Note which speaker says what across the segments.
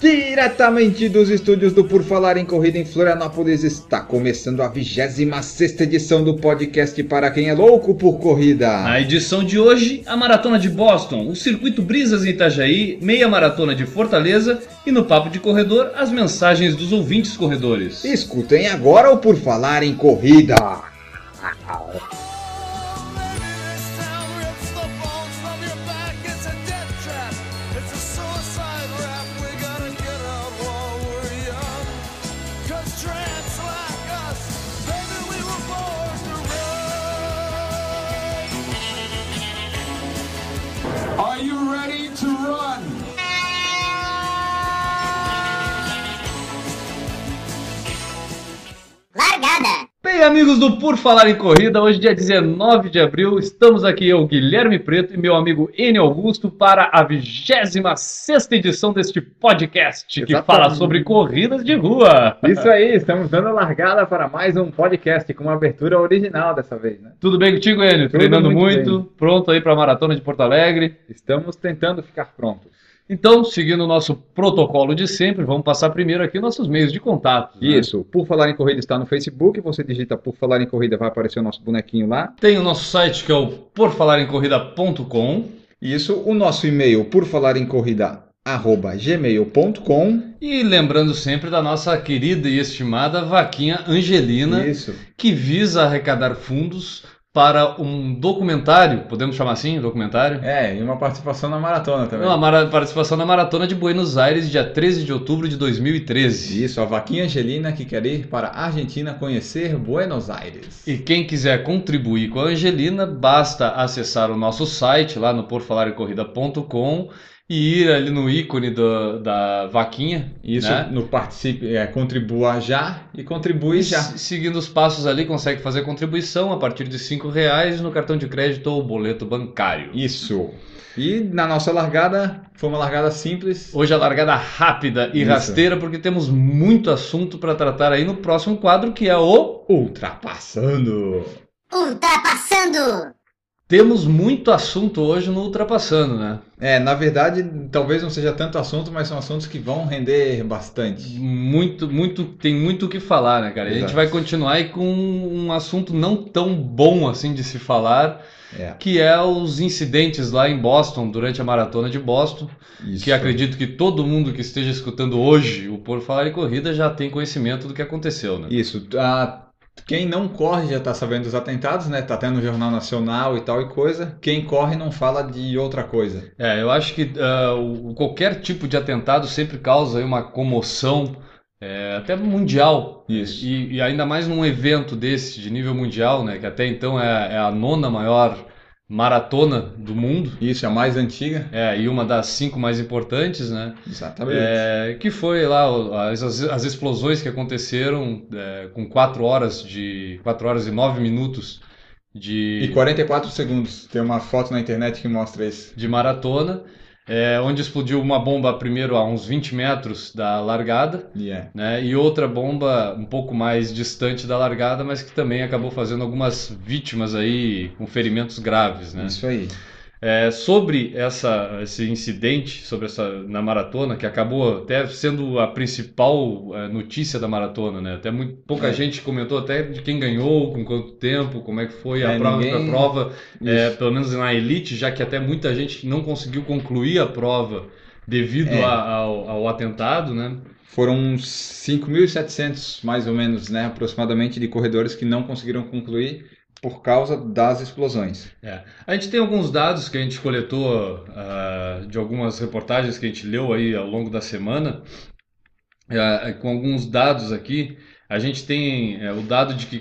Speaker 1: Diretamente dos estúdios do Por Falar em Corrida em Florianópolis está começando a 26 edição do podcast Para Quem é Louco por Corrida.
Speaker 2: Na edição de hoje, a Maratona de Boston, o Circuito Brisas em Itajaí, Meia Maratona de Fortaleza e no Papo de Corredor, as mensagens dos ouvintes corredores.
Speaker 1: Escutem agora o Por Falar em Corrida.
Speaker 3: This town rips the bones from your back. It's a death trap. It's a suicide rap. We gotta get out while we're young. 'Cause trans like us, baby, we were born to run. Are you ready to run?
Speaker 4: Largada!
Speaker 2: Bem, amigos do Por Falar em Corrida, hoje, dia 19 de abril, estamos aqui eu, Guilherme Preto, e meu amigo N. Augusto para a 26 edição deste podcast que
Speaker 5: Exatamente.
Speaker 2: fala sobre corridas de rua.
Speaker 5: Isso aí, estamos dando largada para mais um podcast com uma abertura original dessa vez, né?
Speaker 2: Tudo bem contigo, Enio?
Speaker 5: Tudo
Speaker 2: Treinando
Speaker 5: muito
Speaker 2: muito, pronto aí para a maratona de Porto Alegre.
Speaker 5: Estamos tentando ficar prontos.
Speaker 2: Então, seguindo o nosso protocolo de sempre, vamos passar primeiro aqui nossos meios de contato. né?
Speaker 5: Isso, Por Falar em Corrida está no Facebook, você digita Por Falar em Corrida, vai aparecer o nosso bonequinho lá.
Speaker 2: Tem o nosso site que é o porfalarencorrida.com
Speaker 5: Isso, o nosso e-mail, por falar em corrida, arroba gmail.com.
Speaker 2: e lembrando sempre da nossa querida e estimada vaquinha Angelina,
Speaker 5: Isso,
Speaker 2: que visa arrecadar fundos para um documentário, podemos chamar assim, documentário?
Speaker 5: é, e uma participação na maratona também.
Speaker 2: Uma mara- participação na Maratona de Buenos Aires, dia 13 de outubro de 2013.
Speaker 5: Isso, a Vaquinha Angelina que quer ir para a Argentina conhecer Buenos Aires.
Speaker 2: E quem quiser contribuir com a Angelina, basta acessar o nosso site lá no porfalarecorrida.com e ir ali no ícone da, da vaquinha,
Speaker 5: Isso,
Speaker 2: né?
Speaker 5: no participe, é, contribua já e contribui já.
Speaker 2: Se- Seguindo os passos ali, consegue fazer contribuição a partir de R$ reais no cartão de crédito ou boleto bancário.
Speaker 5: Isso. E na nossa largada, foi uma largada simples.
Speaker 2: Hoje a largada rápida e
Speaker 5: Isso.
Speaker 2: rasteira, porque temos muito assunto para tratar aí no próximo quadro, que é o
Speaker 5: Ultrapassando.
Speaker 4: Ultrapassando!
Speaker 2: Temos muito assunto hoje no Ultrapassando, né?
Speaker 5: É, na verdade, talvez não seja tanto assunto, mas são assuntos que vão render bastante.
Speaker 2: Muito, muito, tem muito o que falar, né, cara? E A gente
Speaker 5: Exato.
Speaker 2: vai continuar aí com um assunto não tão bom assim de se falar,
Speaker 5: É,
Speaker 2: que é os incidentes lá em Boston, durante a maratona de Boston,
Speaker 5: isso.
Speaker 2: que acredito que todo mundo que esteja escutando hoje o Por Falar em Corrida já tem conhecimento do que aconteceu, né?
Speaker 5: Isso. Ah, quem não corre já tá sabendo dos atentados, né? Tá tendo no Jornal Nacional e tal e coisa. Quem corre não fala de outra coisa.
Speaker 2: É, eu acho que ah, o- qualquer tipo de atentado sempre causa aí uma comoção, é, até mundial.
Speaker 5: Isso.
Speaker 2: E, e ainda mais num evento desse, de nível mundial, né? Que até então é, é a nona maior maratona do mundo.
Speaker 5: Isso, é a mais antiga.
Speaker 2: É, e uma das cinco mais importantes, né?
Speaker 5: Exatamente.
Speaker 2: É, que foi lá o- as, as- as explosões que aconteceram é, com quatro horas de quatro horas e nove minutos
Speaker 5: E
Speaker 2: de,
Speaker 5: 44 segundos. Tem uma foto na internet que mostra isso.
Speaker 2: de maratona, é, onde explodiu uma bomba primeiro a uns 20 metros da largada,
Speaker 5: E é.
Speaker 2: né? E outra bomba um pouco mais distante da largada, mas que também acabou fazendo algumas vítimas aí com ferimentos graves, né?
Speaker 5: Isso aí.
Speaker 2: É, sobre essa, esse incidente, sobre essa na maratona, que acabou até sendo a principal é, notícia da maratona, né? Até muito, pouca
Speaker 5: É.
Speaker 2: gente comentou até de quem ganhou, com quanto tempo, como é que foi a
Speaker 5: É,
Speaker 2: prova,
Speaker 5: ninguém-
Speaker 2: a prova, é,
Speaker 5: Isso.
Speaker 2: pelo menos na elite, já que até muita gente não conseguiu concluir a prova devido
Speaker 5: É.
Speaker 2: a- ao, ao atentado, né?
Speaker 5: Foram uns 5.700, mais ou menos, né, aproximadamente, de corredores que não conseguiram concluir por causa das explosões.
Speaker 2: A gente tem alguns dados que a gente coletou ah, de algumas reportagens que a gente leu aí ao longo da semana, Ah, com alguns dados aqui. A gente tem eh, o dado de que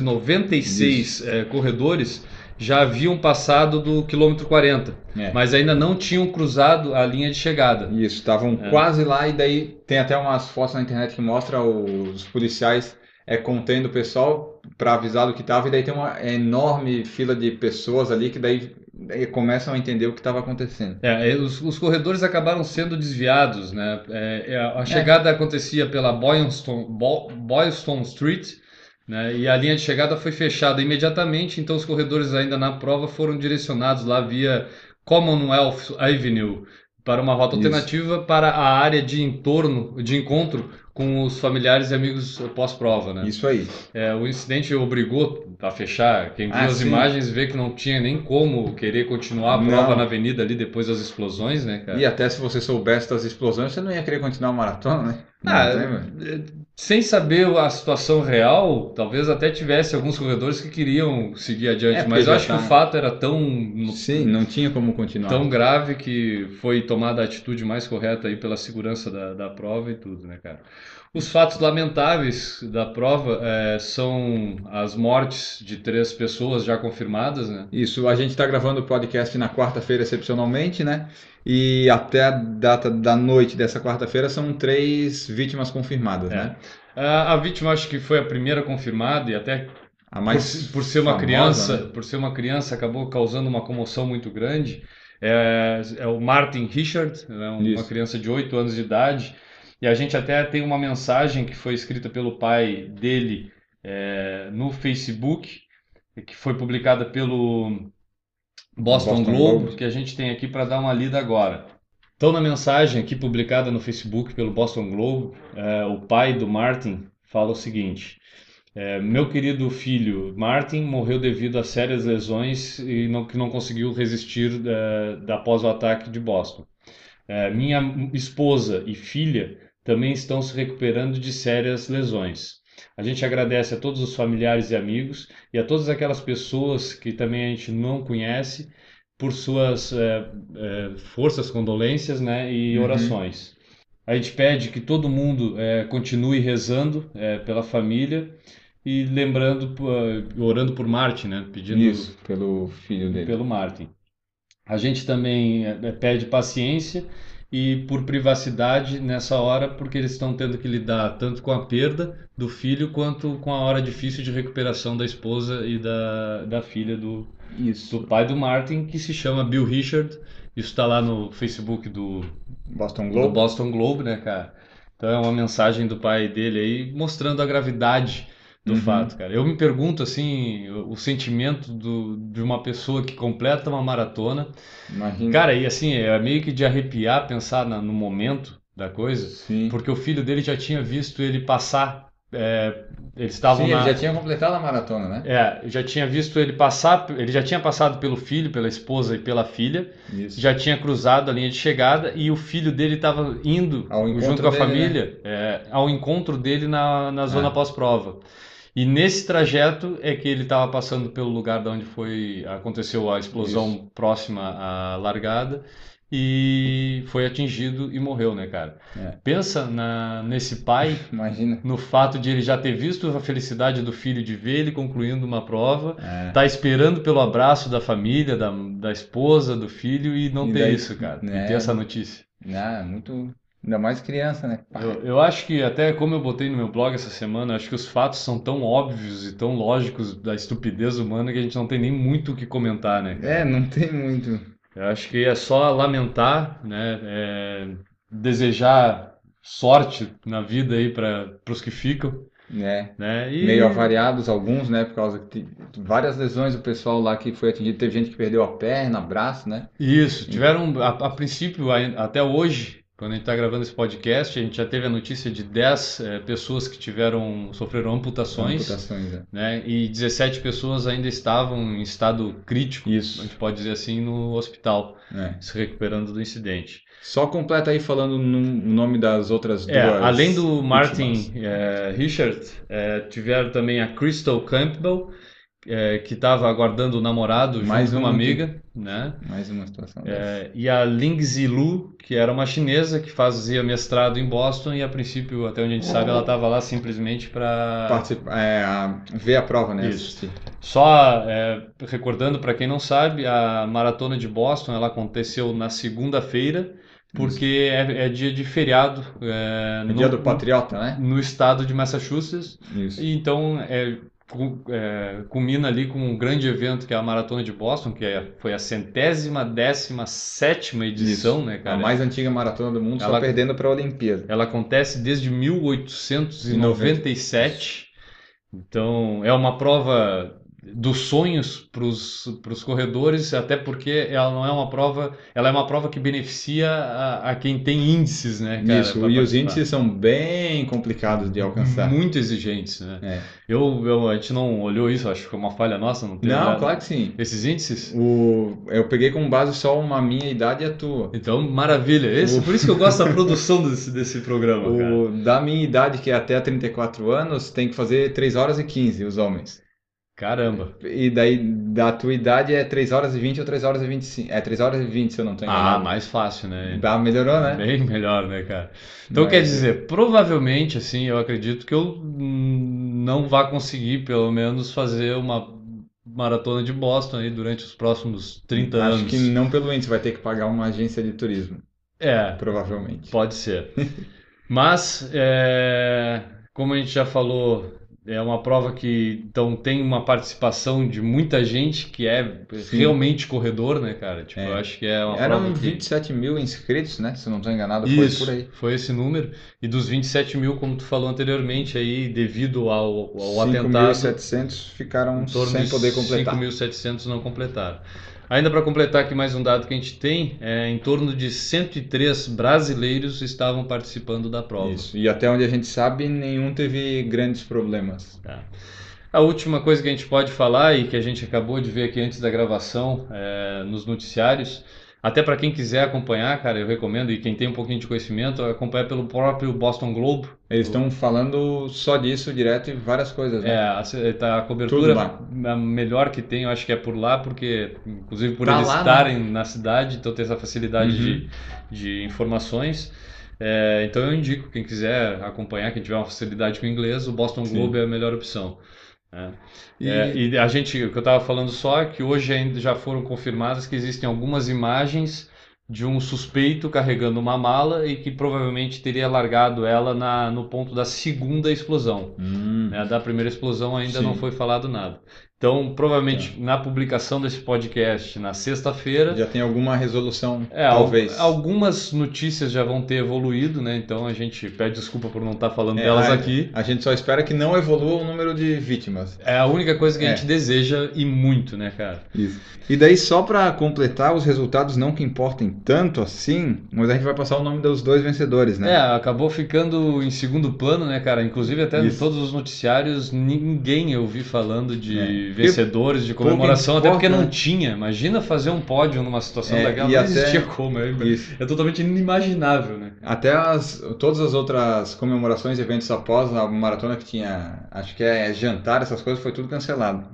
Speaker 2: 4.496 eh, corredores já haviam passado do quilômetro 40,
Speaker 5: É.
Speaker 2: mas ainda não tinham cruzado a linha de chegada.
Speaker 5: Isso, estavam
Speaker 2: É.
Speaker 5: quase lá e daí tem até umas fotos na internet que mostra os policiais é, contendo o pessoal para avisar do que tava e daí tem uma enorme fila de pessoas ali que daí, daí começam a entender o que estava acontecendo.
Speaker 2: É, e os, os corredores acabaram sendo desviados, né? É, é, a a chegada acontecia pela Boylston, Bo- Boylston Street, né? E a linha de chegada foi fechada imediatamente, então os corredores ainda na prova foram direcionados lá via Commonwealth Avenue para uma rota
Speaker 5: Isso.
Speaker 2: alternativa para a área de entorno, de encontro com os familiares e amigos pós-prova, né?
Speaker 5: Isso aí.
Speaker 2: É, o incidente obrigou a fechar. Quem viu
Speaker 5: Ah,
Speaker 2: as
Speaker 5: sim.
Speaker 2: imagens vê que não tinha nem como querer continuar a prova
Speaker 5: Não.
Speaker 2: na avenida ali depois das explosões, né, cara?
Speaker 5: E até se você soubesse das explosões, você não ia querer continuar a maratona, né?
Speaker 2: Ah,
Speaker 5: Não tem, velho.
Speaker 2: Sem saber a situação real, talvez até tivesse alguns corredores que queriam seguir adiante,
Speaker 5: É, porque
Speaker 2: mas eu
Speaker 5: já
Speaker 2: acho que
Speaker 5: tá-
Speaker 2: o fato era tão,
Speaker 5: Sim, não tinha como continuar.
Speaker 2: tão grave que foi tomada a atitude mais correta aí pela segurança da, da prova e tudo, né, cara? Os fatos lamentáveis da prova eh, são as mortes de três pessoas já confirmadas, né?
Speaker 5: Isso, a gente está gravando o podcast na quarta-feira, excepcionalmente, né? E até a data da noite dessa quarta-feira são três vítimas confirmadas,
Speaker 2: É.
Speaker 5: né?
Speaker 2: A, a vítima acho que foi a primeira confirmada e até
Speaker 5: A
Speaker 2: por,
Speaker 5: mais
Speaker 2: por ser uma
Speaker 5: Ah, famosa,
Speaker 2: criança,
Speaker 5: né?
Speaker 2: por ser uma criança acabou causando uma comoção muito grande. É, é o Martin Richard, né, uma
Speaker 5: Isso.
Speaker 2: criança de 8 anos de idade. E a gente até tem uma mensagem que foi escrita pelo pai dele é, no Facebook, que foi publicada pelo Boston,
Speaker 5: Boston
Speaker 2: Globe,
Speaker 5: Globe.
Speaker 2: que a gente tem aqui para dar uma lida agora. Então, na mensagem aqui publicada no Facebook pelo Boston Globe, é, o pai do Martin fala o seguinte: é, Meu querido filho Martin morreu devido a sérias lesões e não, que não conseguiu resistir é, da- após o ataque de Boston. É, minha esposa e filha também estão se recuperando de sérias lesões. A gente agradece a todos os familiares e amigos e a todas aquelas pessoas que também a gente não conhece por suas eh, eh, forças, condolências, né, e
Speaker 5: Uhum.
Speaker 2: orações. A gente pede que todo mundo eh, continue rezando eh, pela família e lembrando, eh, orando por Marte, né, pedindo
Speaker 5: Isso, pelo filho dele.
Speaker 2: pelo Martin. A gente também eh, pede paciência e por privacidade nessa hora, porque eles estão tendo que lidar tanto com a perda do filho quanto com a hora difícil de recuperação da esposa e da, da filha do, do
Speaker 5: Isso,
Speaker 2: pai do Martin, que se chama Bill Richard. Isso está lá no Facebook do,
Speaker 5: Boston
Speaker 2: do
Speaker 5: Globe.
Speaker 2: Boston Globe, né, cara? Então é uma mensagem do pai dele aí mostrando a gravidade do
Speaker 5: Uhum.
Speaker 2: fato, cara. Eu me pergunto assim, o, o sentimento do, de uma pessoa que completa uma maratona.
Speaker 5: Imagina.
Speaker 2: Cara, e assim, é meio que de arrepiar pensar na- no momento da coisa,
Speaker 5: Sim.
Speaker 2: porque o filho dele já tinha visto ele passar. é, eles estavam
Speaker 5: Sim,
Speaker 2: na.
Speaker 5: ele já tinha completado a maratona, né?
Speaker 2: É, eu já tinha visto ele passar, ele já tinha passado pelo filho, pela esposa e pela filha,
Speaker 5: Isso.
Speaker 2: É. já tinha cruzado a linha de chegada e o filho dele estava indo
Speaker 5: Ao encontro
Speaker 2: junto com a
Speaker 5: dele, né?
Speaker 2: família é, ao encontro dele na, na zona
Speaker 5: Ah.
Speaker 2: pós-prova. E nesse trajeto é que ele estava passando pelo lugar de onde foi aconteceu a explosão
Speaker 5: Isso.
Speaker 2: próxima à largada e foi atingido e morreu, né, cara?
Speaker 5: É.
Speaker 2: Pensa na, nesse pai
Speaker 5: Imagina.
Speaker 2: no fato de ele já ter visto a felicidade do filho de ver ele concluindo uma prova,
Speaker 5: É.
Speaker 2: tá esperando pelo abraço da família, da, da esposa, do filho e não
Speaker 5: E
Speaker 2: ter
Speaker 5: daí,
Speaker 2: isso, cara.
Speaker 5: né?
Speaker 2: E ter essa notícia.
Speaker 5: Ah, muito. Ainda mais criança, né? Pá.
Speaker 2: Eu, eu acho que até como eu botei no meu blog essa semana, acho que os fatos são tão óbvios e tão lógicos da estupidez humana que a gente não tem nem muito o que comentar, né?
Speaker 5: É, não tem muito.
Speaker 2: Eu acho que é só lamentar, né? É, desejar sorte na vida aí para os que ficam,
Speaker 5: né?
Speaker 2: né? E
Speaker 5: meio avariados alguns, né? Por causa que te- várias lesões o pessoal lá que foi atingido. Teve gente que perdeu a perna, braço, né?
Speaker 2: Isso, tiveram um, a, a princípio, ai- até hoje, quando a gente está gravando esse podcast, a gente já teve a notícia de 10 eh, pessoas que tiveram, sofreram amputações,
Speaker 5: Amputações, é.
Speaker 2: né? E 17 pessoas ainda estavam em estado crítico, a
Speaker 5: Isso.
Speaker 2: gente pode dizer assim, no hospital,
Speaker 5: É.
Speaker 2: se recuperando do incidente.
Speaker 5: Só completa aí falando num- o nome das outras
Speaker 2: É,
Speaker 5: duas.
Speaker 2: além do Martin
Speaker 5: últimas.
Speaker 2: eh, Richard, eh, tiveram também a Crystal Campbell, eh, que estava aguardando o namorado junto
Speaker 5: Mais um
Speaker 2: com uma
Speaker 5: uma que-
Speaker 2: amiga, né?
Speaker 5: Mais uma situação dessa.
Speaker 2: É, e a Ling Zilu, que era uma chinesa que fazia mestrado em Boston e a princípio, até onde a gente sabe, ela estava lá simplesmente para
Speaker 5: Participa- é, a- ver a prova, né?
Speaker 2: Ah. Isso.
Speaker 5: Assistir.
Speaker 2: só é, recordando para quem não sabe, a maratona de Boston ela aconteceu na segunda-feira porque é, é dia de feriado é,
Speaker 5: É
Speaker 2: no,
Speaker 5: dia do patriota, né?
Speaker 2: no estado de Massachusetts
Speaker 5: Isso.
Speaker 2: e então é, cu- é, culmina ali com um grande evento que é a maratona de Boston que é- foi a centésima décima sétima edição, né,
Speaker 5: É A
Speaker 2: cara?
Speaker 5: mais antiga maratona do mundo, só
Speaker 2: Ela-
Speaker 5: perdendo para a Olimpíada.
Speaker 2: Ela acontece desde 1897. Então, é uma prova dos sonhos para os corredores, até porque ela não é uma prova, ela é uma prova que beneficia a, a quem tem índices, né, cara,
Speaker 5: Isso,
Speaker 2: pra
Speaker 5: e os
Speaker 2: participar.
Speaker 5: índices são bem complicados de alcançar.
Speaker 2: muito exigentes, né?
Speaker 5: É.
Speaker 2: Eu, eu- a gente não olhou isso, acho que foi uma falha nossa, não teve
Speaker 5: Não,
Speaker 2: nada.
Speaker 5: claro que sim.
Speaker 2: Esses índices?
Speaker 5: O, eu peguei como base só uma minha idade e a tua.
Speaker 2: Então, maravilha. Esse,
Speaker 5: O-
Speaker 2: por isso que eu gosto da produção desse, desse programa, cara.
Speaker 5: O, da minha idade, que é até 34 anos, tem que fazer 3 horas e 15 os homens.
Speaker 2: Caramba.
Speaker 5: E daí da tua idade é 3 horas e 20 ou 3 horas e 25. É 3 horas e 20, se eu não tô
Speaker 2: Ah,
Speaker 5: enganado.
Speaker 2: mais fácil, né?
Speaker 5: Ah, melhorou, né?
Speaker 2: Bem melhor, né, cara? Então,
Speaker 5: Mas-
Speaker 2: quer dizer, provavelmente, assim, eu acredito que eu hum, não vá conseguir, pelo menos, fazer uma maratona de Boston aí durante os próximos 30
Speaker 5: Acho
Speaker 2: anos.
Speaker 5: que não pelo índice, vai ter que pagar uma agência de turismo,
Speaker 2: É,
Speaker 5: provavelmente.
Speaker 2: pode ser. Mas, é, como a gente já falou, é uma prova que então tem uma participação de muita gente que é
Speaker 5: Sim.
Speaker 2: realmente corredor, né, cara? Tipo,
Speaker 5: É. um
Speaker 2: eu acho que é uma
Speaker 5: Eram
Speaker 2: prova que.
Speaker 5: 27 mil inscritos, né? Se eu não tô enganado, foi
Speaker 2: Isso,
Speaker 5: por aí.
Speaker 2: foi esse número. E dos 27 mil, como tu falou anteriormente, aí devido ao, ao atentado,
Speaker 5: 5.700 ficaram
Speaker 2: em torno
Speaker 5: sem
Speaker 2: de
Speaker 5: poder completar.
Speaker 2: 5.700 não completaram. Ainda para completar aqui mais um dado que a gente tem, é, em torno de 103 brasileiros estavam participando da prova.
Speaker 5: Isso. E até onde a gente sabe, nenhum teve grandes problemas.
Speaker 2: Tá. A última coisa que a gente pode falar e que a gente acabou de ver aqui antes da gravação é, nos noticiários, até para quem quiser acompanhar, cara, eu recomendo, e quem tem um pouquinho de conhecimento, acompanha pelo próprio Boston Globe.
Speaker 5: Eles estão falando só disso direto e várias coisas, né?
Speaker 2: É, a, se- tá- a
Speaker 5: Tudo
Speaker 2: cobertura é
Speaker 5: lá.
Speaker 2: a melhor que tem, eu acho que é por lá, porque, inclusive, por
Speaker 5: Tá
Speaker 2: eles
Speaker 5: lá, né? Uhum.
Speaker 2: estarem na cidade, então tem essa facilidade de, de informações. É, então eu indico, quem quiser acompanhar, quem tiver uma facilidade com inglês, o Boston
Speaker 5: Sim.
Speaker 2: Globe é a melhor opção. né?
Speaker 5: E-
Speaker 2: É, e a gente, o que eu estava falando só é que hoje ainda já foram confirmadas que existem algumas imagens de um suspeito carregando uma mala e que provavelmente teria largado ela na, no ponto da segunda explosão
Speaker 5: Hum.
Speaker 2: né? Da primeira explosão
Speaker 5: Sim.
Speaker 2: ainda
Speaker 5: É.
Speaker 2: não foi falado nada. Então, provavelmente na publicação desse podcast na sexta-feira,
Speaker 5: Já tem alguma resolução,
Speaker 2: é, al-
Speaker 5: talvez.
Speaker 2: algumas notícias já vão ter evoluído, né? Então a gente pede desculpa por não estar falando
Speaker 5: É,
Speaker 2: delas
Speaker 5: a-
Speaker 2: aqui.
Speaker 5: A gente só espera que não evolua o número de vítimas.
Speaker 2: É a única coisa que
Speaker 5: É.
Speaker 2: a gente deseja e muito, né, cara?
Speaker 5: E daí, só para completar, os resultados não que importem tanto assim, mas a gente vai passar o nome dos dois vencedores,
Speaker 2: É,
Speaker 5: né?
Speaker 2: acabou ficando em segundo plano, né, cara? Inclusive até em
Speaker 5: Isso.
Speaker 2: todos os noticiários ninguém eu vi falando de
Speaker 5: É. Porque
Speaker 2: vencedores, de
Speaker 5: pouco
Speaker 2: comemoração, até porque
Speaker 5: importa,
Speaker 2: não
Speaker 5: né?
Speaker 2: tinha. Imagina fazer um pódio numa situação
Speaker 5: É,
Speaker 2: daquela,
Speaker 5: e
Speaker 2: não
Speaker 5: até-
Speaker 2: existia como, é,
Speaker 5: Isso.
Speaker 2: É totalmente inimaginável, né?
Speaker 5: Até as, todas as outras comemorações e eventos após a maratona que tinha, acho que é jantar, essas coisas, foi tudo cancelado.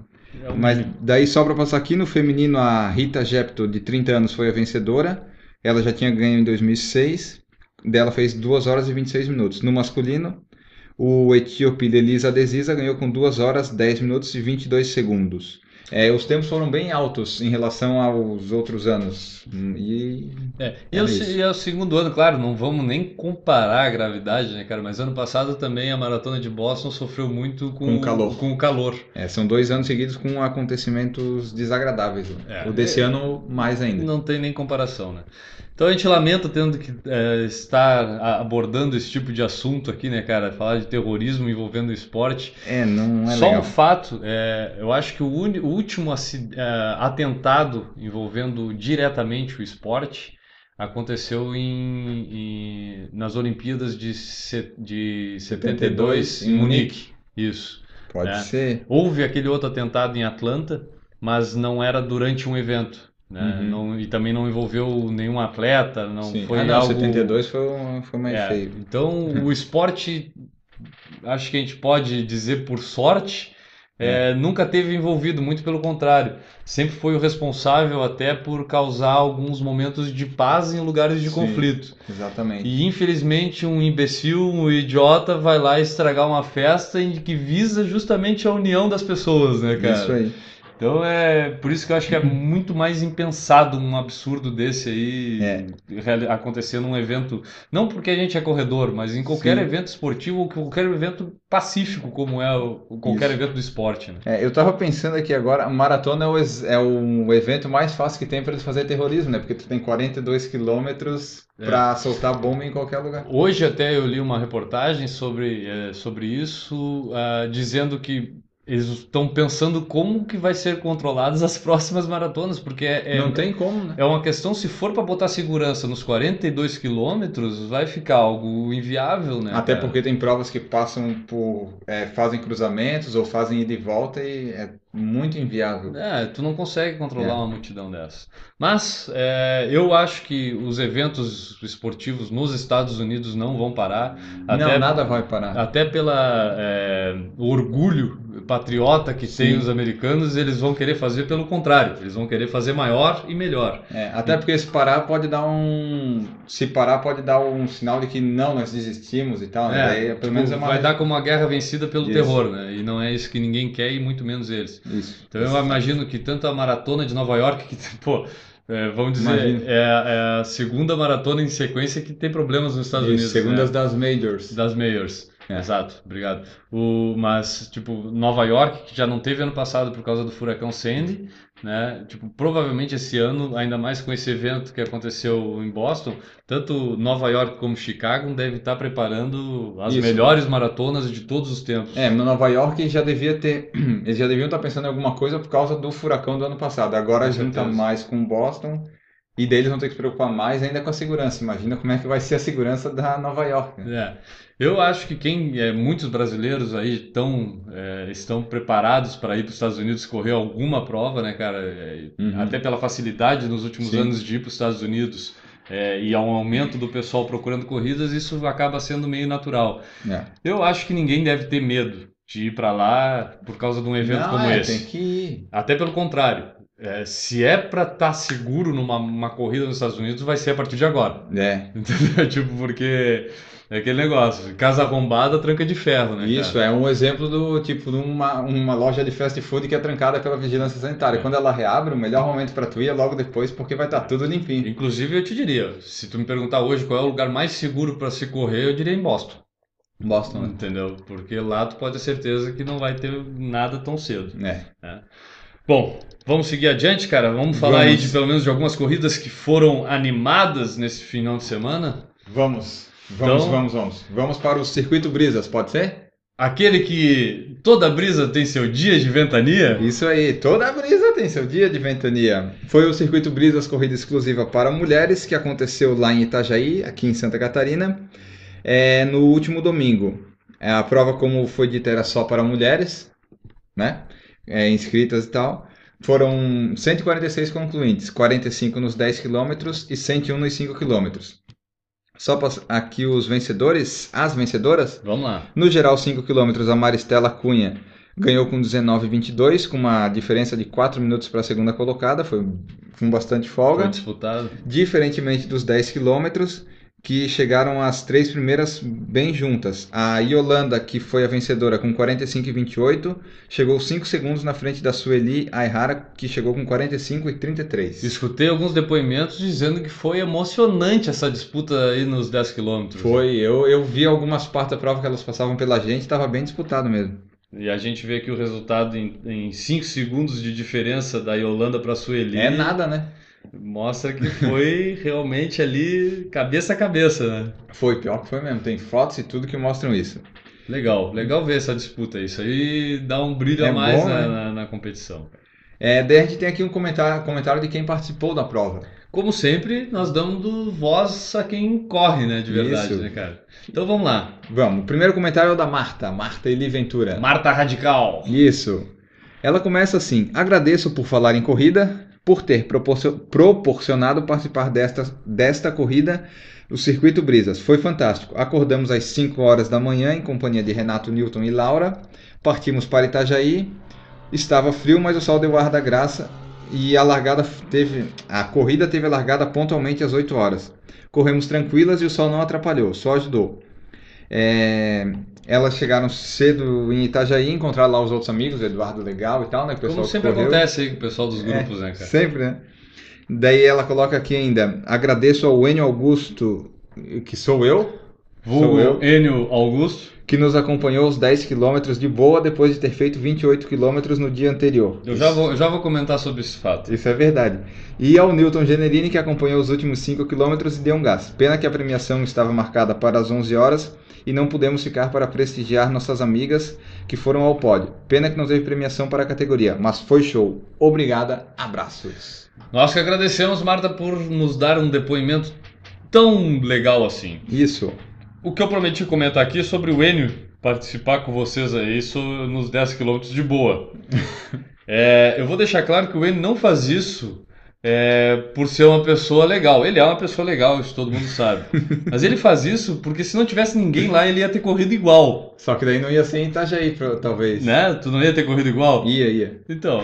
Speaker 2: É um
Speaker 5: Mas
Speaker 2: mínimo.
Speaker 5: daí só para passar aqui no feminino, a Rita Jepto, de 30 anos, foi a vencedora. Ela já tinha ganho em 2006. Dela fez 2 horas e 26 minutos. No masculino, o etíope Delisa Adesiza ganhou com 2 horas 10 minutos e 22 segundos. É, os tempos foram bem altos em relação aos outros anos. Hum, E
Speaker 2: É. E
Speaker 5: é
Speaker 2: é o,
Speaker 5: isso.
Speaker 2: se- e é o segundo ano, claro, não vamos nem comparar a gravidade, né, cara? Mas ano passado também a maratona de Boston sofreu muito com,
Speaker 5: Com o calor.
Speaker 2: com o calor.
Speaker 5: é, são dois anos seguidos com acontecimentos desagradáveis.
Speaker 2: É.
Speaker 5: o desse ano, mais ainda.
Speaker 2: Não tem nem comparação, né? Então a gente lamenta tendo que eh, estar a- abordando esse tipo de assunto aqui, né, cara? Falar de terrorismo envolvendo o esporte.
Speaker 5: É, não é
Speaker 2: Só um
Speaker 5: legal.
Speaker 2: fato, é, eu acho que o, uni- o último aci- é, atentado envolvendo diretamente o esporte aconteceu em, em- nas Olimpíadas de, se- de 72 em
Speaker 5: em Munique.
Speaker 2: Munique. Isso.
Speaker 5: Pode
Speaker 2: É.
Speaker 5: ser.
Speaker 2: Houve aquele outro atentado em Atlanta, mas não era durante um evento, né?
Speaker 5: Uhum.
Speaker 2: Não- e também não envolveu nenhum atleta, não
Speaker 5: Sim.
Speaker 2: foi
Speaker 5: ah, não,
Speaker 2: algo
Speaker 5: 72 foi, um- foi mais
Speaker 2: é,
Speaker 5: feio.
Speaker 2: Então, o esporte, acho que a gente pode dizer por sorte, é, nunca teve envolvido, muito pelo contrário. Sempre foi o responsável até por causar alguns momentos de paz em lugares de
Speaker 5: Sim.
Speaker 2: conflito.
Speaker 5: Exatamente.
Speaker 2: E infelizmente um imbecil, um idiota, vai lá estragar uma festa em que visa justamente a união das pessoas, né, cara?
Speaker 5: É Isso aí.
Speaker 2: Então é por isso que eu acho que é muito mais impensado um absurdo desse aí
Speaker 5: É.
Speaker 2: reali- acontecer num evento, não porque a gente é corredor, mas em qualquer
Speaker 5: Sim.
Speaker 2: evento esportivo ou qualquer evento pacífico como é o, o qualquer
Speaker 5: Isso.
Speaker 2: evento do esporte, né?
Speaker 5: É, eu tava pensando aqui agora, a maratona é o, ex- é o evento mais fácil que tem pra eles fazer terrorismo, né? Porque tu tem 42 quilômetros
Speaker 2: É.
Speaker 5: pra soltar bomba em qualquer lugar.
Speaker 2: é, Hoje até eu li uma reportagem sobre, eh, sobre isso, ah, dizendo que eles estão pensando como que vai ser controladas as próximas maratonas, porque é, é-
Speaker 5: Não tem como, né?
Speaker 2: é uma questão, se for para botar segurança nos 42 quilômetros, vai ficar algo inviável, né?
Speaker 5: Até
Speaker 2: cara?
Speaker 5: porque tem provas que passam por, é, fazem cruzamentos ou fazem ida e volta e é muito inviável.
Speaker 2: É, tu não consegue controlar
Speaker 5: É.
Speaker 2: uma multidão dessa. Mas é, eu acho que os eventos esportivos nos Estados Unidos não vão parar, É. até, Ah.
Speaker 5: Não, nada vai parar.
Speaker 2: até pela é, o orgulho patriota que tem
Speaker 5: Sim.
Speaker 2: os americanos, eles vão querer fazer pelo contrário, eles vão querer fazer maior e melhor.
Speaker 5: É, até porque se parar pode dar um, se parar pode dar um sinal de que não, nós desistimos e tal, né?
Speaker 2: É,
Speaker 5: Daí, pelo menos é
Speaker 2: Tipo,
Speaker 5: uma
Speaker 2: vai dar como uma guerra vencida pelo
Speaker 5: Isso.
Speaker 2: terror, né? E não é isso que ninguém quer e muito menos eles.
Speaker 5: Isso.
Speaker 2: Então eu imagino que tanto a maratona de Nova York, que, pô, é, vamos dizer,
Speaker 5: Imagino.
Speaker 2: é, é a segunda maratona em sequência que tem problemas nos Estados
Speaker 5: Isso,
Speaker 2: Unidos,
Speaker 5: segundas
Speaker 2: né?
Speaker 5: das majors.
Speaker 2: Das Mayors.
Speaker 5: É.
Speaker 2: Exato, obrigado. O, mas, tipo, Nova York, que já não teve ano passado por causa do furacão Sandy, né? Tipo, provavelmente esse ano, ainda mais com esse evento que aconteceu em Boston, tanto Nova York como Chicago devem estar preparando as
Speaker 5: Isso.
Speaker 2: melhores maratonas de todos os tempos.
Speaker 5: É, no Nova York já devia ter, eles já deviam estar pensando em alguma coisa por causa do furacão do ano passado. Agora
Speaker 2: Com
Speaker 5: junta
Speaker 2: certeza.
Speaker 5: mais com Boston e daí eles vão ter que se preocupar mais ainda com a segurança. Imagina como é que vai ser a segurança da Nova York, né?
Speaker 2: É. Eu acho que quem, é, muitos brasileiros aí tão, é, estão preparados para ir para os Estados Unidos correr alguma prova, né, cara? É,
Speaker 5: Uhum.
Speaker 2: até pela facilidade nos últimos
Speaker 5: Sim.
Speaker 2: anos de ir para os Estados Unidos é, e ao aumento do pessoal procurando corridas, isso acaba sendo meio natural.
Speaker 5: É.
Speaker 2: Eu acho que ninguém deve ter medo de ir para lá por causa de um evento
Speaker 5: Não,
Speaker 2: como
Speaker 5: é,
Speaker 2: esse.
Speaker 5: tem que ir.
Speaker 2: Até pelo contrário, é, se é para estar seguro numa uma corrida nos Estados Unidos, vai ser a partir de agora.
Speaker 5: É,
Speaker 2: Entendeu? Tipo, porque é aquele negócio, casa arrombada, tranca de ferro, né,
Speaker 5: isso
Speaker 2: cara?
Speaker 5: é um exemplo do tipo de uma, uma loja de fast food que é trancada pela vigilância sanitária.
Speaker 2: É.
Speaker 5: Quando ela reabre, o melhor momento para tu ir é logo depois, porque vai estar tudo limpinho.
Speaker 2: Inclusive, eu te diria, se tu me perguntar hoje qual é o lugar mais seguro para se correr, eu diria em Boston,
Speaker 5: Boston, né?
Speaker 2: entendeu? Porque lá tu pode ter certeza que não vai ter nada tão cedo.
Speaker 5: É.
Speaker 2: Bom, vamos seguir adiante, cara? Vamos falar aí
Speaker 5: Vamos.
Speaker 2: de pelo menos de algumas corridas que foram animadas nesse final de semana?
Speaker 5: Vamos, vamos,
Speaker 2: Então-
Speaker 5: vamos, vamos. Vamos para o circuito brisas, pode ser?
Speaker 2: Aquele que toda brisa tem seu dia de ventania?
Speaker 5: Isso aí, toda brisa tem seu dia de ventania. Foi o Circuito Brisas Corrida Exclusiva para Mulheres que aconteceu lá em Itajaí, aqui em Santa Catarina, é, no último domingo. É, a prova, como foi dita, era só para mulheres, né? É, inscritas e tal. Foram 146 concluintes, 45 nos 10 quilômetros e 101 nos 5 quilômetros. Só pass- aqui os vencedores, as vencedoras,
Speaker 2: Vamos lá.
Speaker 5: no geral, 5 km, a Maristela Cunha ganhou com 19,22, com uma diferença de 4 minutos para a segunda colocada, foi com bastante
Speaker 2: Foi
Speaker 5: folga.
Speaker 2: disputado.
Speaker 5: Diferentemente dos 10 km, que chegaram as três primeiras bem juntas. A Yolanda, que foi a vencedora com 45,28, chegou 5 segundos na frente da Sueli Aihara, que chegou com 45,33.
Speaker 2: Escutei alguns depoimentos dizendo que foi emocionante essa disputa aí nos 10 quilômetros.
Speaker 5: Foi, eu, eu vi algumas partes da prova que elas passavam pela gente, estava bem disputado mesmo.
Speaker 2: E a gente vê que o resultado em 5 segundos de diferença da Yolanda para a Sueli
Speaker 5: É nada, né?
Speaker 2: mostra que foi realmente ali cabeça a cabeça, né?
Speaker 5: Foi, pior que foi mesmo. Tem fotos e tudo que mostram isso.
Speaker 2: Legal, legal ver essa disputa. Isso aí dá um brilho
Speaker 5: É
Speaker 2: a mais
Speaker 5: bom,
Speaker 2: na,
Speaker 5: né?
Speaker 2: na- na competição.
Speaker 5: É, daí a gente tem aqui um comentário, comentário de quem participou da prova.
Speaker 2: Como sempre, nós damos do voz a quem corre, né? De verdade,
Speaker 5: Isso.
Speaker 2: né, cara? Então vamos lá.
Speaker 5: Vamos, o primeiro comentário é o da Marta, Marta Eli Ventura.
Speaker 2: Marta Radical.
Speaker 5: Isso. Ela começa assim: agradeço por falar em corrida, por ter proporcio- proporcionado participar desta, desta corrida, o Circuito Brisas. Foi fantástico. Acordamos às 5 horas da manhã em companhia de Renato Newton e Laura. Partimos para Itajaí. Estava frio, mas o sol deu ar da graça. E a largada f- teve. A corrida teve a largada pontualmente às 8 horas. Corremos tranquilas e o sol não atrapalhou, só ajudou. É, elas chegaram cedo em Itajaí, encontraram lá os outros amigos, Eduardo Legal e tal, né? que o pessoal
Speaker 2: Como
Speaker 5: que
Speaker 2: sempre
Speaker 5: correu.
Speaker 2: acontece aí com o pessoal dos grupos, né, cara?
Speaker 5: Sempre, né? Daí ela coloca aqui ainda: agradeço ao Enio Augusto, que sou eu. Sou
Speaker 2: Vulgo
Speaker 5: eu.
Speaker 2: Enio Augusto.
Speaker 5: que nos acompanhou os 10 quilômetros de boa depois de ter feito 28 quilômetros no dia anterior.
Speaker 2: Eu já vou, eu já vou comentar sobre esse fato.
Speaker 5: Isso é verdade. E ao Newton Generini, que acompanhou os últimos 5 km e deu um gás. Pena que a premiação estava marcada para as 11 horas e não pudemos ficar para prestigiar nossas amigas que foram ao pódio. Pena que não teve premiação para a categoria, mas foi show. Obrigada, abraços.
Speaker 2: Nós que agradecemos, Marta, por nos dar um depoimento tão legal assim.
Speaker 5: Isso.
Speaker 2: O que eu prometi comentar aqui é sobre o Enio participar com vocês aí so- nos 10 quilômetros de boa. É, eu vou deixar claro que o Enio não faz isso é, por ser uma pessoa legal. Ele é uma pessoa legal, isso todo mundo sabe. Mas ele faz isso porque se não tivesse ninguém lá, ele ia ter corrido igual,
Speaker 5: Só que daí não ia ser em Itajaí, pro- talvez.
Speaker 2: né? Tu não ia ter corrido igual?
Speaker 5: Ia, ia.
Speaker 2: Então,